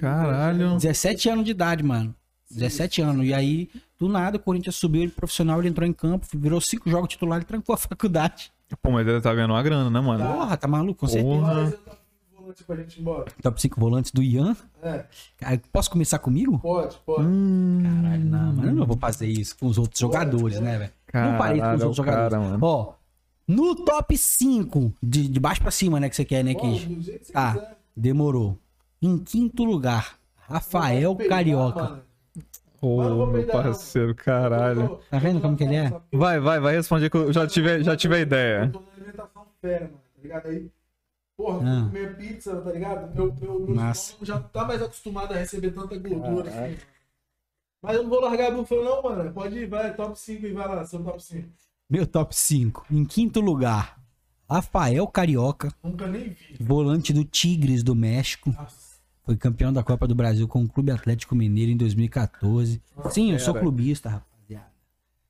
Caralho.
17 anos de idade, mano. 17 anos. E aí, do nada, o Corinthians subiu ele profissional, ele entrou em campo, virou cinco jogos titular, ele trancou a faculdade.
Pô, mas ele tá ganhando uma grana, né, mano?
Porra, tá maluco? Com certeza.
Porra.
Você tá com o volante pra
Hum,
gente ir embora.
Top 5 volantes Tá do Ian.
É,
Cara, Posso começar comigo?
pode, pode.
Hum.
Caralho, não, mano. Eu não vou fazer isso com os outros jogadores, né, velho? Não parei com os
Caralho,
outros
é o cara,
jogadores.
mano.
Ó, no top 5, de, de baixo pra cima, né, que você quer, né,
Bom,
Kenji?
do jeito que você quiser.
Tá, demorou. Em quinto lugar, Rafael
Não vou peidar,
Carioca.
mano. Mano,
Ô,
vou
meu
peidar, não.
parceiro, caralho.
Tá vendo como que ele é?
Vai, vai, vai responder que eu já tive, já tive a
Eu
ideia.
tô na alimentação fera, mano, tá ligado? Aí, porra,
Ah.
fui comer pizza, tá ligado? Meu, meu, meu
Massa.
estômago já não tá mais acostumado a receber tanta gordura assim. Mas eu não vou largar a bufa, não, mano. Pode ir, vai, top 5 e vai lá, seu top 5.
Meu top 5. Em quinto lugar, Rafael Carioca,
Nunca nem vi.
volante do Tigres do México.
Nossa.
Foi campeão da Copa do Brasil com o Clube Atlético Mineiro em 2014. Sim, eu sou
Pera.
clubista, rapaziada.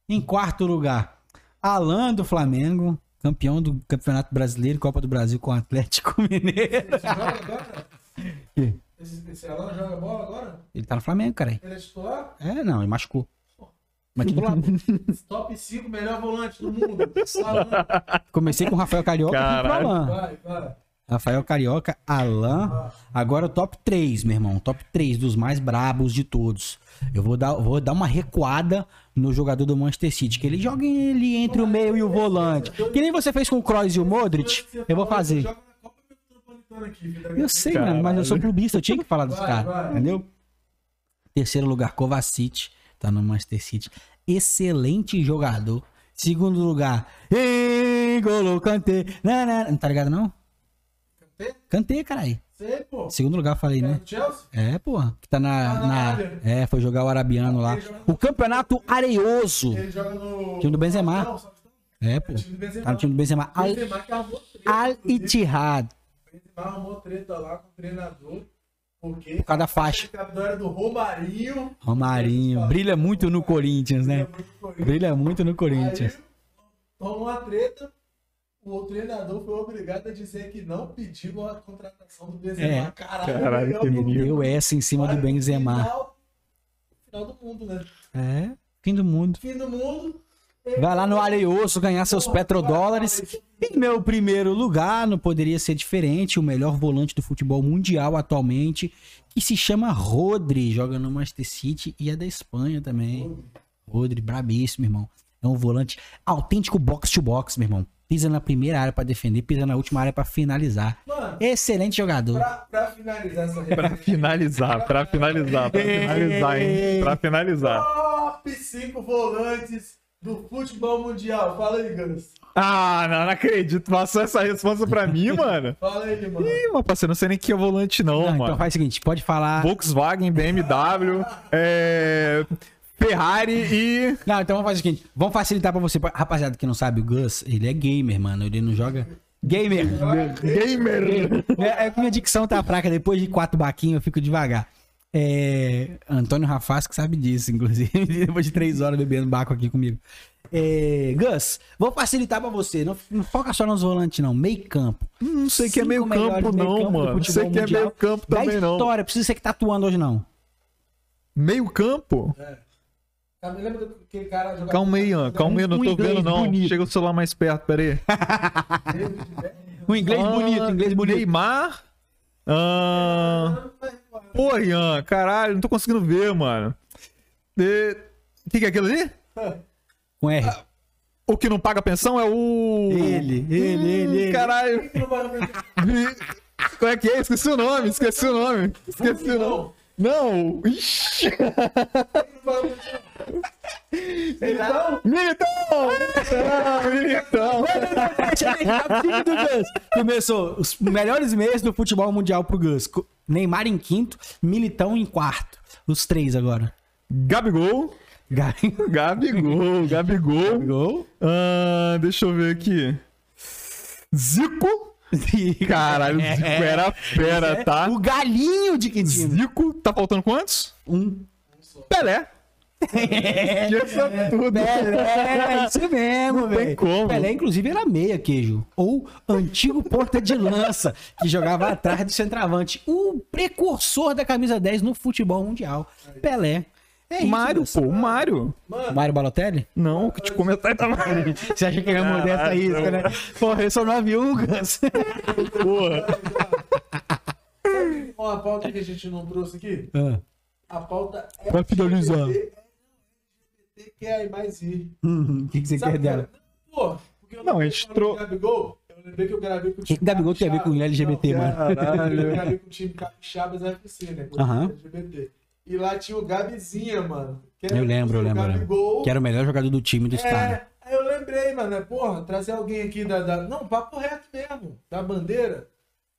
Em quarto lugar, Alan do Flamengo, campeão do Campeonato Brasileiro e Copa do Brasil com o Atlético Mineiro.
Esse joga agora?
Quê?
Esse, esse Alan joga bola agora?
Ele tá no Flamengo, cara.
Ele é titular?
É, não, ele machucou. Mas tudo lá.
Top 5 melhor volante do mundo. Alan,
Comecei com o Rafael Carioca e fui
Caralho.
pro Alan.
vai, vai.
Rafael Carioca, Alain. Agora o top 3, meu irmão. Top 3 dos mais brabos de todos. Eu vou dar, vou dar uma recuada no jogador do Manchester City, que ele joga ele entre o meio e o volante. Que nem você fez com o Kroos e o Modric, eu vou fazer.
Joga na Copa Metropolitana aqui, filho.
Eu sei, mano, mas eu sou clubista, eu tinha que falar dos
Vai, vai.
caras, entendeu? Terceiro lugar, Kovacic, tá no Manchester City. Excelente jogador. Segundo lugar, Engolo Kanté. Não, não, não tá ligado não?
Kanté?
Kanté, caralho.
Sei, pô.
Segundo lugar, eu falei, né?
É do Chelsea?
É, porra. Que tá na.
Ah, na
na-
Arábia.
é, foi jogar o arabiano lá. O campeonato areoso.
Ele joga no.
Time do Benzema.
Não, só que
É, pô.
o time do Benzema.
Tá no time do Benzema.
O
Al,
Benzema que arrumou treta.
Al
inclusive.
Ittihad.
O Benzema arrumou treta lá com o treinador. Porque
Por causa da faixa.
o capitão era do Romarinho. é
Romarinho. Brilha muito no Corinthians, né? Brilha muito no
Aí,
Corinthians.
tomou uma treta. O treinador foi obrigado a dizer que não pediu a contratação do Benzema.
É.
Caralho,
Caralho,
melhor
que
do
menino.
Deu essa em cima do
mundo.
Benzema.
Final, final do mundo, né?
É. Fim do mundo.
Fim do mundo.
Vai lá no Areoso ganhar seus petrodólares. Em meu primeiro lugar, não poderia ser diferente, o melhor volante do futebol mundial atualmente, que se chama Rodri, joga no Manchester City e é da Espanha também. Rodri, brabíssimo, irmão. É um volante autêntico box-to-box, meu irmão. Pisa na primeira área pra defender, pisa na última área pra finalizar.
Mano,
Excelente jogador.
pra, pra finalizar essa
Pra
resenha.
finalizar, pra finalizar, pra finalizar, hein? Pra finalizar.
Top 5 volantes do futebol mundial. Fala aí, Gans.
Ah, não, não acredito. Passou essa resposta pra mim, mano.
Fala aí, mano.
Ih, meu parceiro, não sei nem que é volante, não,
Ah,
mano.
então faz o seguinte, pode falar.
Volkswagen, BMW, é, Ferrari e.
Não, então vamos fazer o seguinte. Vamos facilitar pra você. Rapaziada que não sabe, o Gus, ele é gamer, mano. Ele não joga. Gamer!
Gamer!
É, é que minha dicção tá fraca. Depois de quatro baquinhos, eu fico devagar. É, Antônio Rafaz que sabe disso, inclusive. Depois de três horas bebendo baco aqui comigo. É, Gus, vou facilitar pra você. Não, não foca só nos volantes, não. Meio campo.
Não sei que é
Cinco
meio campo,
melhores
não,
meio-campo do
mano. Não
futebol
sei que é
mundial.
meio campo
Da
também, não.
história, precisa ser que tá atuando hoje, não.
Meio campo?
É.
Tá, me lembra daquele cara jogava
Calma aí, Ian. Calma aí, não
Um
tô
inglês
vendo, não.
bonito.
Chega o celular mais perto, pera aí.
O Um inglês
Ah,
bonito, inglês bonito.
Neymar. Ah, pô, Ian, caralho, não tô conseguindo ver, mano. E- O que, que é aquilo ali?
Com R.
O que não paga pensão é o. Hum,
Ele, ele, ele, ele.
Caralho.
Não vai lembrar.
Como é que é? Esqueci o nome, esqueci o nome. Esqueci o nome. Não! Ixi!
Não vai lembrar.
tá
Então,
Militão! Ah, Militão!
é Rapidinho do Gus. Começou os melhores meses do futebol mundial pro Gus. Co- Neymar em quinto, Militão em quarto. Os três agora.
Gabigol.
Gabi-
Gabigol, Gabigol.
Gol.
Ah, deixa eu ver aqui. Zico. Caralho, o Zico era fera, tá?
É. O galinho de Quintino.
Zico, tá faltando quantos?
Um.
Pelé. Esqueça tudo.
É. Pelé, é isso mesmo,
tem
velho.
como.
Pelé, inclusive, era meia, queijo. Ou antigo porta de lança, que jogava atrás do centroavante. O precursor da camisa 10 no futebol mundial. Pelé. É isso,
Mário,
moço.
pô, o Mário.
Mário Balotelli?
Não, que te comentário tá Mário.
Você acha que ele é modesta
Caralho.
isso, né? Porra, eu um sou 9-1, Gans.
Porra.
Ó, a pauta que a gente não trouxe aqui,
Ah,
a pauta é
Vai finalizar.
que é mais ir.
Hum,
uhum, O que, que você quer dela?
Pô, porque eu
Não, a
lembrei
gente
do nome
trou-
do Gabigol, eu lembrei que eu gravei com o
O que, que Gabigol tem a ver com
Capixabas.
LGBT,
Não,
mano?
Eu
Caralho.
gravei com o time Capixabas FC, né? Com o
Aham.
LGBT. E lá tinha o Gabizinha, mano. que era
Eu lembro, eu
é o
lembro. eu
Gabigol.
lembro. Que era o melhor jogador do time do estado.
É, aí eu lembrei, mano. é, Porra, trazer alguém aqui da, da- Não, papo reto mesmo. Da bandeira.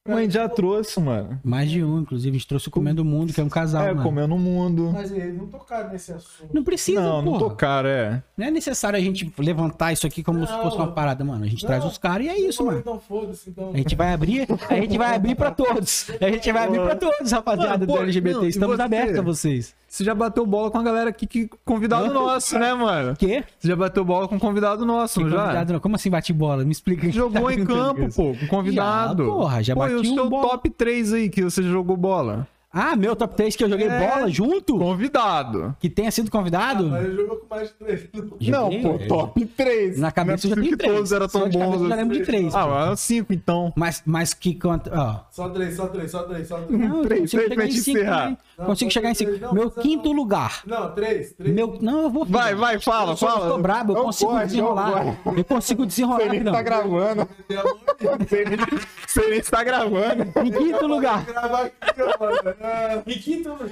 Mãe já trouxe, mano.
Mais de um, inclusive. A gente trouxe o Comendo Mundo, que é um casal,
É,
mano.
comendo o mundo.
Mas eles não tocaram nesse assunto.
Não precisa,
Não, não
porra.
tô caro, é.
Não é necessário a gente levantar isso aqui como se
Não.
fosse uma parada, mano. A gente
Não.
traz os caras e é isso,
Não,
mano. É
Então foda-se, então.
A gente vai abrir, a gente vai abrir pra todos. A gente vai abrir pra todos, rapaziada
Mano,
do
pô,
LGBT.
não, e
Estamos
você?
abertos a vocês.
Você já bateu bola com a galera aqui que convidado nosso, né, mano?
Quê?
Você já bateu bola com um convidado nosso, não já?
Convidado não. Como assim bate bola? Me explica. Tá
Jogou em campo, pô, com convidado.
Já, ah, porra, já
pô, e
bati
o
um
seu
bola.
top 3 aí que você jogou bola?
Ah, meu top 3 que eu joguei
É.
bola junto?
Convidado.
Que tenha sido convidado?
Mas ele jogou com mais de três.
Joguei, velho.
3.
Na cabeça eu já
é que
tenho três.
todos eram
Só
tão
de cabeça
bons
eu já
assim.
lembro de três.
Ah,
pô.
mas 5 então.
Mas, mas que quanto. Ó.
Só três, só três, só três, só três.
Não, eu
Três,
consigo
três,
chegar
pra
em
gente
cinco.
encerrar.
também.
Não,
Consigo
só
chegar em
três,
cinco.
não,
Meu
precisa
quinto
não.
lugar.
Não, três, três.
Meu, não, eu vou.
Vai, vai, fala,
Eu sou-
fala.
Eu tô brabo, eu
Não
consigo
pode, não
desenrolar. Eu consigo desenrolar.
Felipe
não.
tá gravando.
Pelo amor de Deus,
Você nem
tá
está gravando.
Em quinto
vou
lugar.
gravar aqui, mano. Ah, Em quinto lugar.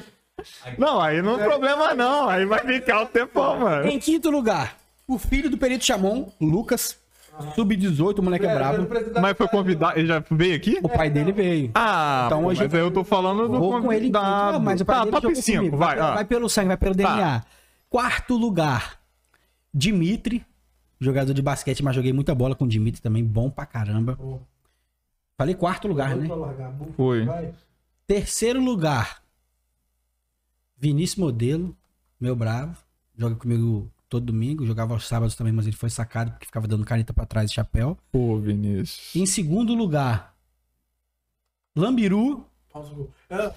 Não, aí não é problema não. Aí vai ficar o tempão, mano.
Em quinto lugar, o filho do perito Chamon, Lucas, sub-18, o moleque é brabo.
Mas foi convidado, ele já veio aqui?
O pai dele veio.
Ah,
Então
então, pô,
hoje
mas aí eu tô falando do
Vou com ele em quinto.
convidado.
Não, mas o pai
tá,
dele
top
jogou
5,
comigo.
vai.
pelo-
ah.
Vai pelo sangue, vai pelo DNA. Quarto lugar, Dimitri, jogador de basquete, mas joguei muita bola com o Dimitri também, bom pra caramba.
Bom.
Falei quarto lugar, né?
Foi.
Terceiro lugar, Vinícius Modelo, meu bravo. Joga comigo todo domingo. Jogava aos sábados também, mas ele foi sacado porque ficava dando caneta pra trás e chapéu.
Pô, Vinícius.
Em segundo lugar, Lambiru.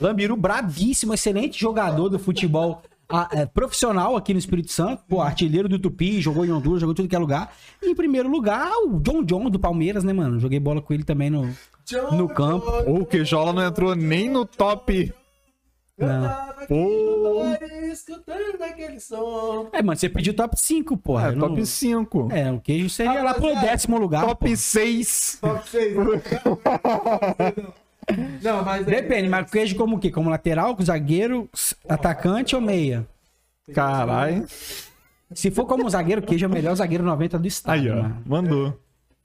Lambiru, brabíssimo, excelente jogador do futebol ah, é, profissional aqui no Espírito Santo. Pô, artilheiro do Tupi, jogou em Honduras, jogou em tudo que é lugar. E em primeiro lugar, o John John do Palmeiras, né, mano? Joguei bola com ele também no. No campo.
Ou o Queijola não entrou nem no top.
Eu
Não.
tava aqui
Pô.
no bar escutando aquele som.
É, mano, você pediu top 5, porra.
É,
Eu não-
top 5.
É, o queijo seria lá pro
Rapaziada,
décimo lugar. pô.
Top 6.
Top 6. Não, mas. é aí-
Depende, mas o queijo como o quê? Como lateral, zagueiro, s- atacante ou meia?
Caralho.
Se for como zagueiro, o queijo é o melhor zagueiro 90 do estado,
Aí, ó.
mano.
Mandou.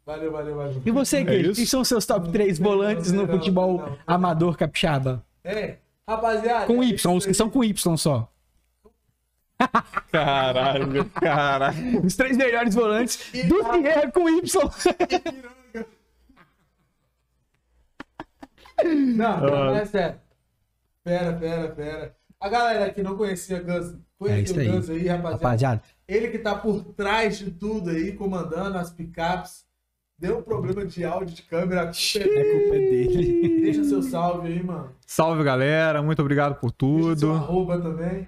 Valeu, valeu, valeu.
E você, queijo,
isso?
quem são seus top 3 volantes no futebol amador capixaba?
É, rapaziada.
Com Y, os que são com Y só.
Caralho, caralho.
Os três melhores volantes do Ferreira com Y. Ah.
Não, não é sério. Pera, pera, pera. A galera que não conhecia Guns,
É isso
conheceu
aí.
o Guns aí, rapaziada.
Rapaziada,
Ele que tá por trás de tudo aí, comandando as picapes. Deu um problema de áudio, de câmera.
é culpa dele.
Deixa seu salve aí, mano.
Salve, galera. Muito obrigado por
Seu
tudo.
arroba também.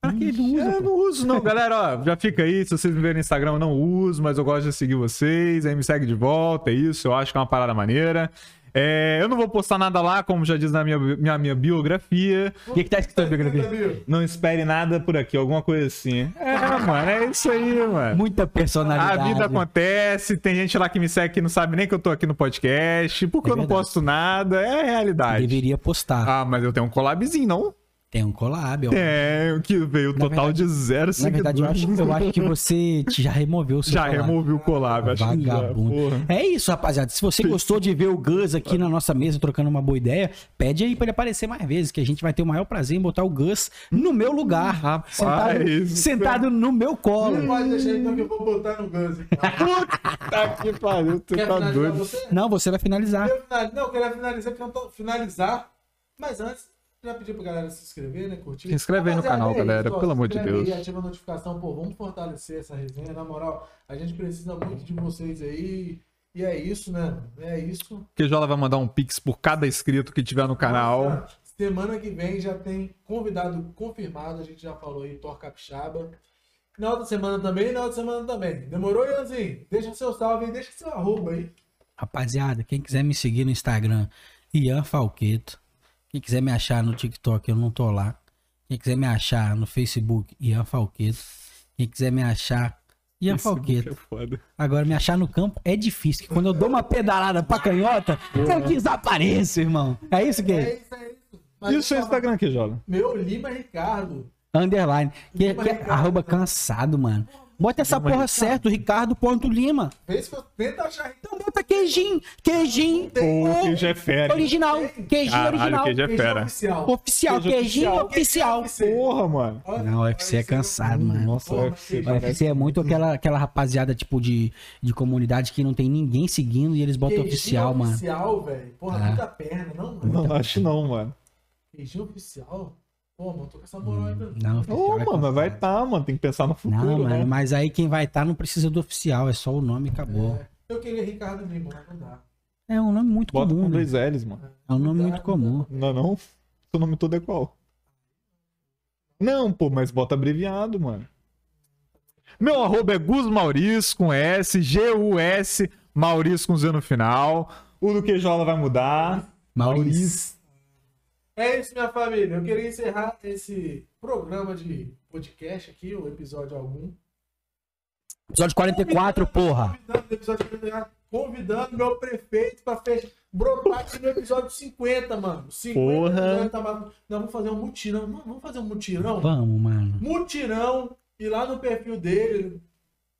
Pra que ele usa?
É, não uso não, galera. Ó, já fica aí. Se vocês me verem no Instagram, eu não uso, mas eu gosto de seguir vocês. Aí me segue de volta, é isso. Eu acho que é uma parada maneira. É, eu não vou postar nada lá, como já diz na minha, minha, minha biografia.
O que, que tá escrito na biografia?
Gabriel.
Não espere nada por aqui, alguma coisa assim. É, mano, é isso aí, mano.
Muita
A
personalidade.
vida acontece, tem gente lá que me segue que não sabe nem que eu tô aqui no podcast, porque
É
eu não
verdade.
posto nada, é a realidade.
Deveria postar.
Ah, mas eu tenho um collabzinho, não?
Tem um collab, ó.
É, o que veio
Na
total de zero
Na verdade, eu acho, eu acho que você te- já removeu o seu
Já
collab.
removi o collab, acho que já,
Vagabundo.
porra.
É isso, rapaziada. Se você gostou de ver o Gus aqui na nossa mesa trocando uma boa ideia, pede aí pra ele aparecer mais vezes, que a gente vai ter o maior prazer em botar o Gus no meu lugar.
Rapaz. Hum.
sentado, sentado no meu colo.
Pode deixar então que eu vou botar no Guns.
Puta que pariu, tu
Quer
tá
finalizar
doido.
você?
Não, você vai finalizar.
Eu finali- Não, eu queria finalizar, porque eu tô finalizar. Mas antes, já pedi pra galera se inscrever, né? Curtir.
Se inscreve aí no
Rapaziada,
canal,
é isso,
galera,
ó,
pelo amor de
se inscreve
Deus.
aí, ativa a notificação, pô, vamos fortalecer essa resenha. Na moral, a gente precisa muito de vocês aí. E é isso, né? É isso.
Queijola vai mandar um pix por cada inscrito que tiver no canal.
Nossa, Semana que vem já tem convidado confirmado, a gente já falou aí, Thor Capixaba. Na outra semana também, na outra semana também. Demorou, Ianzinho? Deixa seu salve aí, deixa seu arroba aí.
Rapaziada, quem quiser me seguir no Instagram, Ian Falqueto. Quem quiser me achar no TikTok, eu não tô lá. Quem quiser me achar no Facebook, Ian Falqueto. Quem quiser me achar, Ian
é
Falqueto.
foda.
Agora, me achar no campo é difícil. que Quando eu dou uma pedalada pra canhota, eu desapareço, irmão. É isso que
É
é?
isso, é isso.
E
Mas
o seu Instagram, Queijola?
Meu Lima Ricardo.
Underline. Que, que é arroba cansado, mano. Bota essa porra certo, Ricardo Ponto Lima.
Vez que eu tento achar
Então bota queijinho, queijinho.
um
Pô,
ou-
queijo é fera.
Original, queijinho
Caralho,
original.
queijo é
Queijo
fera.
oficial. é
Oficial,
Queijo
queijinho oficial.
Porra, mano.
Olha,
Não, o UFC é cansado, mano.
Nossa,
Porra,
UFC,
O UFC é muito aquela, aquela rapaziada, tipo, de, de comunidade que não tem ninguém seguindo e eles botam
Queijinho
oficial, mano.
Oficial, velho. Porra,
Ah.
muita perna, não, mano.
Não, acho não, mano.
Queijinho oficial? Pô, mano, tô com essa moral ainda.
Não, oficial
Ô,
é
mano, mas
cansado.
vai tá, mano. Tem que pensar no futuro,
Não, mano,
né?
mas aí quem vai estar não precisa do oficial, é só o nome e acabou.
Eu queria Ricardo Lima, mas não dá.
É, um nome muito
Bota
comum,
com
né?
dois L's, mano.
É um nome muito comum.
Não, é não. Seu nome todo é qual? Não, pô, mas bota abreviado, mano. Meu arroba é Gus Maurício com S, G-U-S, Maurício com Z no final. O do Queijola vai mudar.
Maurício.
É isso, minha família. Eu queria encerrar esse programa de podcast aqui, o episódio algum.
Episódio 44, porra.
Convidando, no episódio 44, convidando meu prefeito pra fechar. Brotar aqui no episódio 50, mano. 50
Porra.
episódio tá maluco. Nós vamos fazer um mutirão. Mano, vamos fazer um mutirão?
Vamos, mano.
mutirão e lá no perfil dele,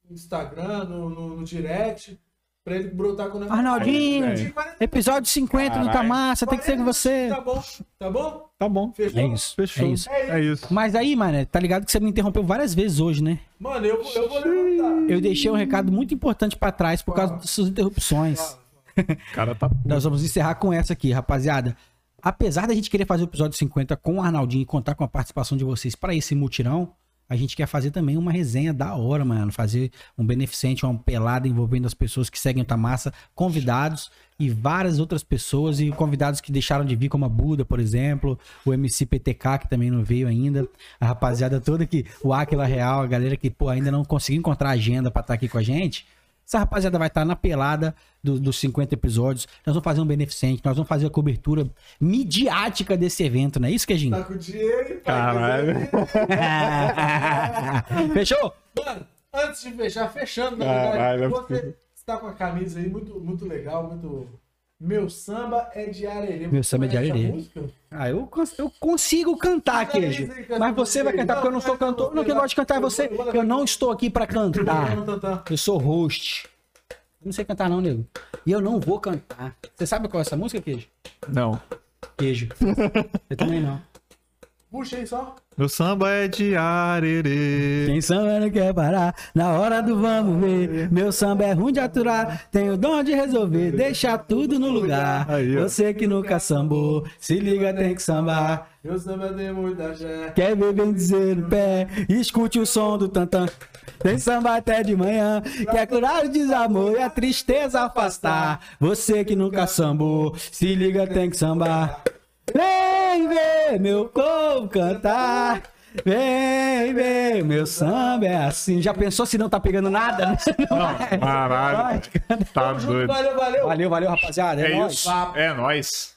no Instagram, no, no- no direct, pra ele brotar com o
Arnaldinho,
Arnaldinho, 40,
episódio 50 do
Caralho.
Tamassa, tem que ser com você.
Tá bom, tá bom?
Tá bom.
Fechou?
É isso,
Fechou.
é isso.
É isso.
Mas aí, mano, tá ligado que você me interrompeu várias vezes hoje, né?
Mano, eu, vou- eu vou levantar.
Eu deixei um recado muito importante pra trás por causa das suas interrupções.
O cara tá puto.
Nós vamos encerrar com essa aqui, rapaziada. Apesar da gente querer fazer o episódio 50 com o Arnaldinho e contar com a participação de vocês pra esse mutirão, a gente quer fazer também uma resenha da hora, mano. Fazer um beneficente, uma pelada envolvendo as pessoas que seguem o Tamassa, convidados e várias outras pessoas, e convidados que deixaram de vir, como a Buda, por exemplo, o MC PTK, que também não veio ainda, a rapaziada toda que, o Aquila Real, a galera que, pô, ainda não conseguiu encontrar a agenda pra estar aqui com a gente. Essa rapaziada vai estar na pelada do- dos 50 episódios. Nós vamos fazer um beneficente, nós vamos fazer a cobertura midiática desse evento, não é isso, Queijinho?
Tá com o dinheiro, pai.
Caralho.
Fechou?
Mano, antes de fechar, fechando, na
Caralho,
verdade,
é
você
possível.
está com a camisa aí muito, muito legal, muito. Meu samba é de arerê.
Meu samba é de
Conhece a
arerê.
música?
Ah, eu, cons- eu consigo cantar, Queijo. Mas você vai cantar, porque eu não sou cantor. Não, quem gosta de cantar é você. Eu não estou aqui pra
Não,
cantar.
não, não.
Eu sou host. Eu não sei cantar, não, nego. E eu não vou cantar. Você sabe qual é essa música, Queijo?
Não.
Queijo. Eu também não.
Puxa aí só.
Meu samba é de arerê.
Quem samba não quer parar, na hora do vamos ver. Meu samba é ruim de aturar, tenho dom de resolver, deixar tudo no lugar.
Aí, ó.
Você que nunca sambou, se liga, tem que sambar.
Meu samba é tem muita gente.
Quer ver bem dizer no pé, escute o som do tantã. Tem samba até de manhã, quer curar o desamor e a tristeza afastar. Você que nunca sambou, se liga, tem que sambar. Vem ver meu povo cantar. Vem ver meu samba é assim. Já pensou se não tá pegando nada?
Não, caralho. Tá doido.
Valeu, valeu.
Valeu, valeu, rapaziada.
É
nóis.
isso. É nóis.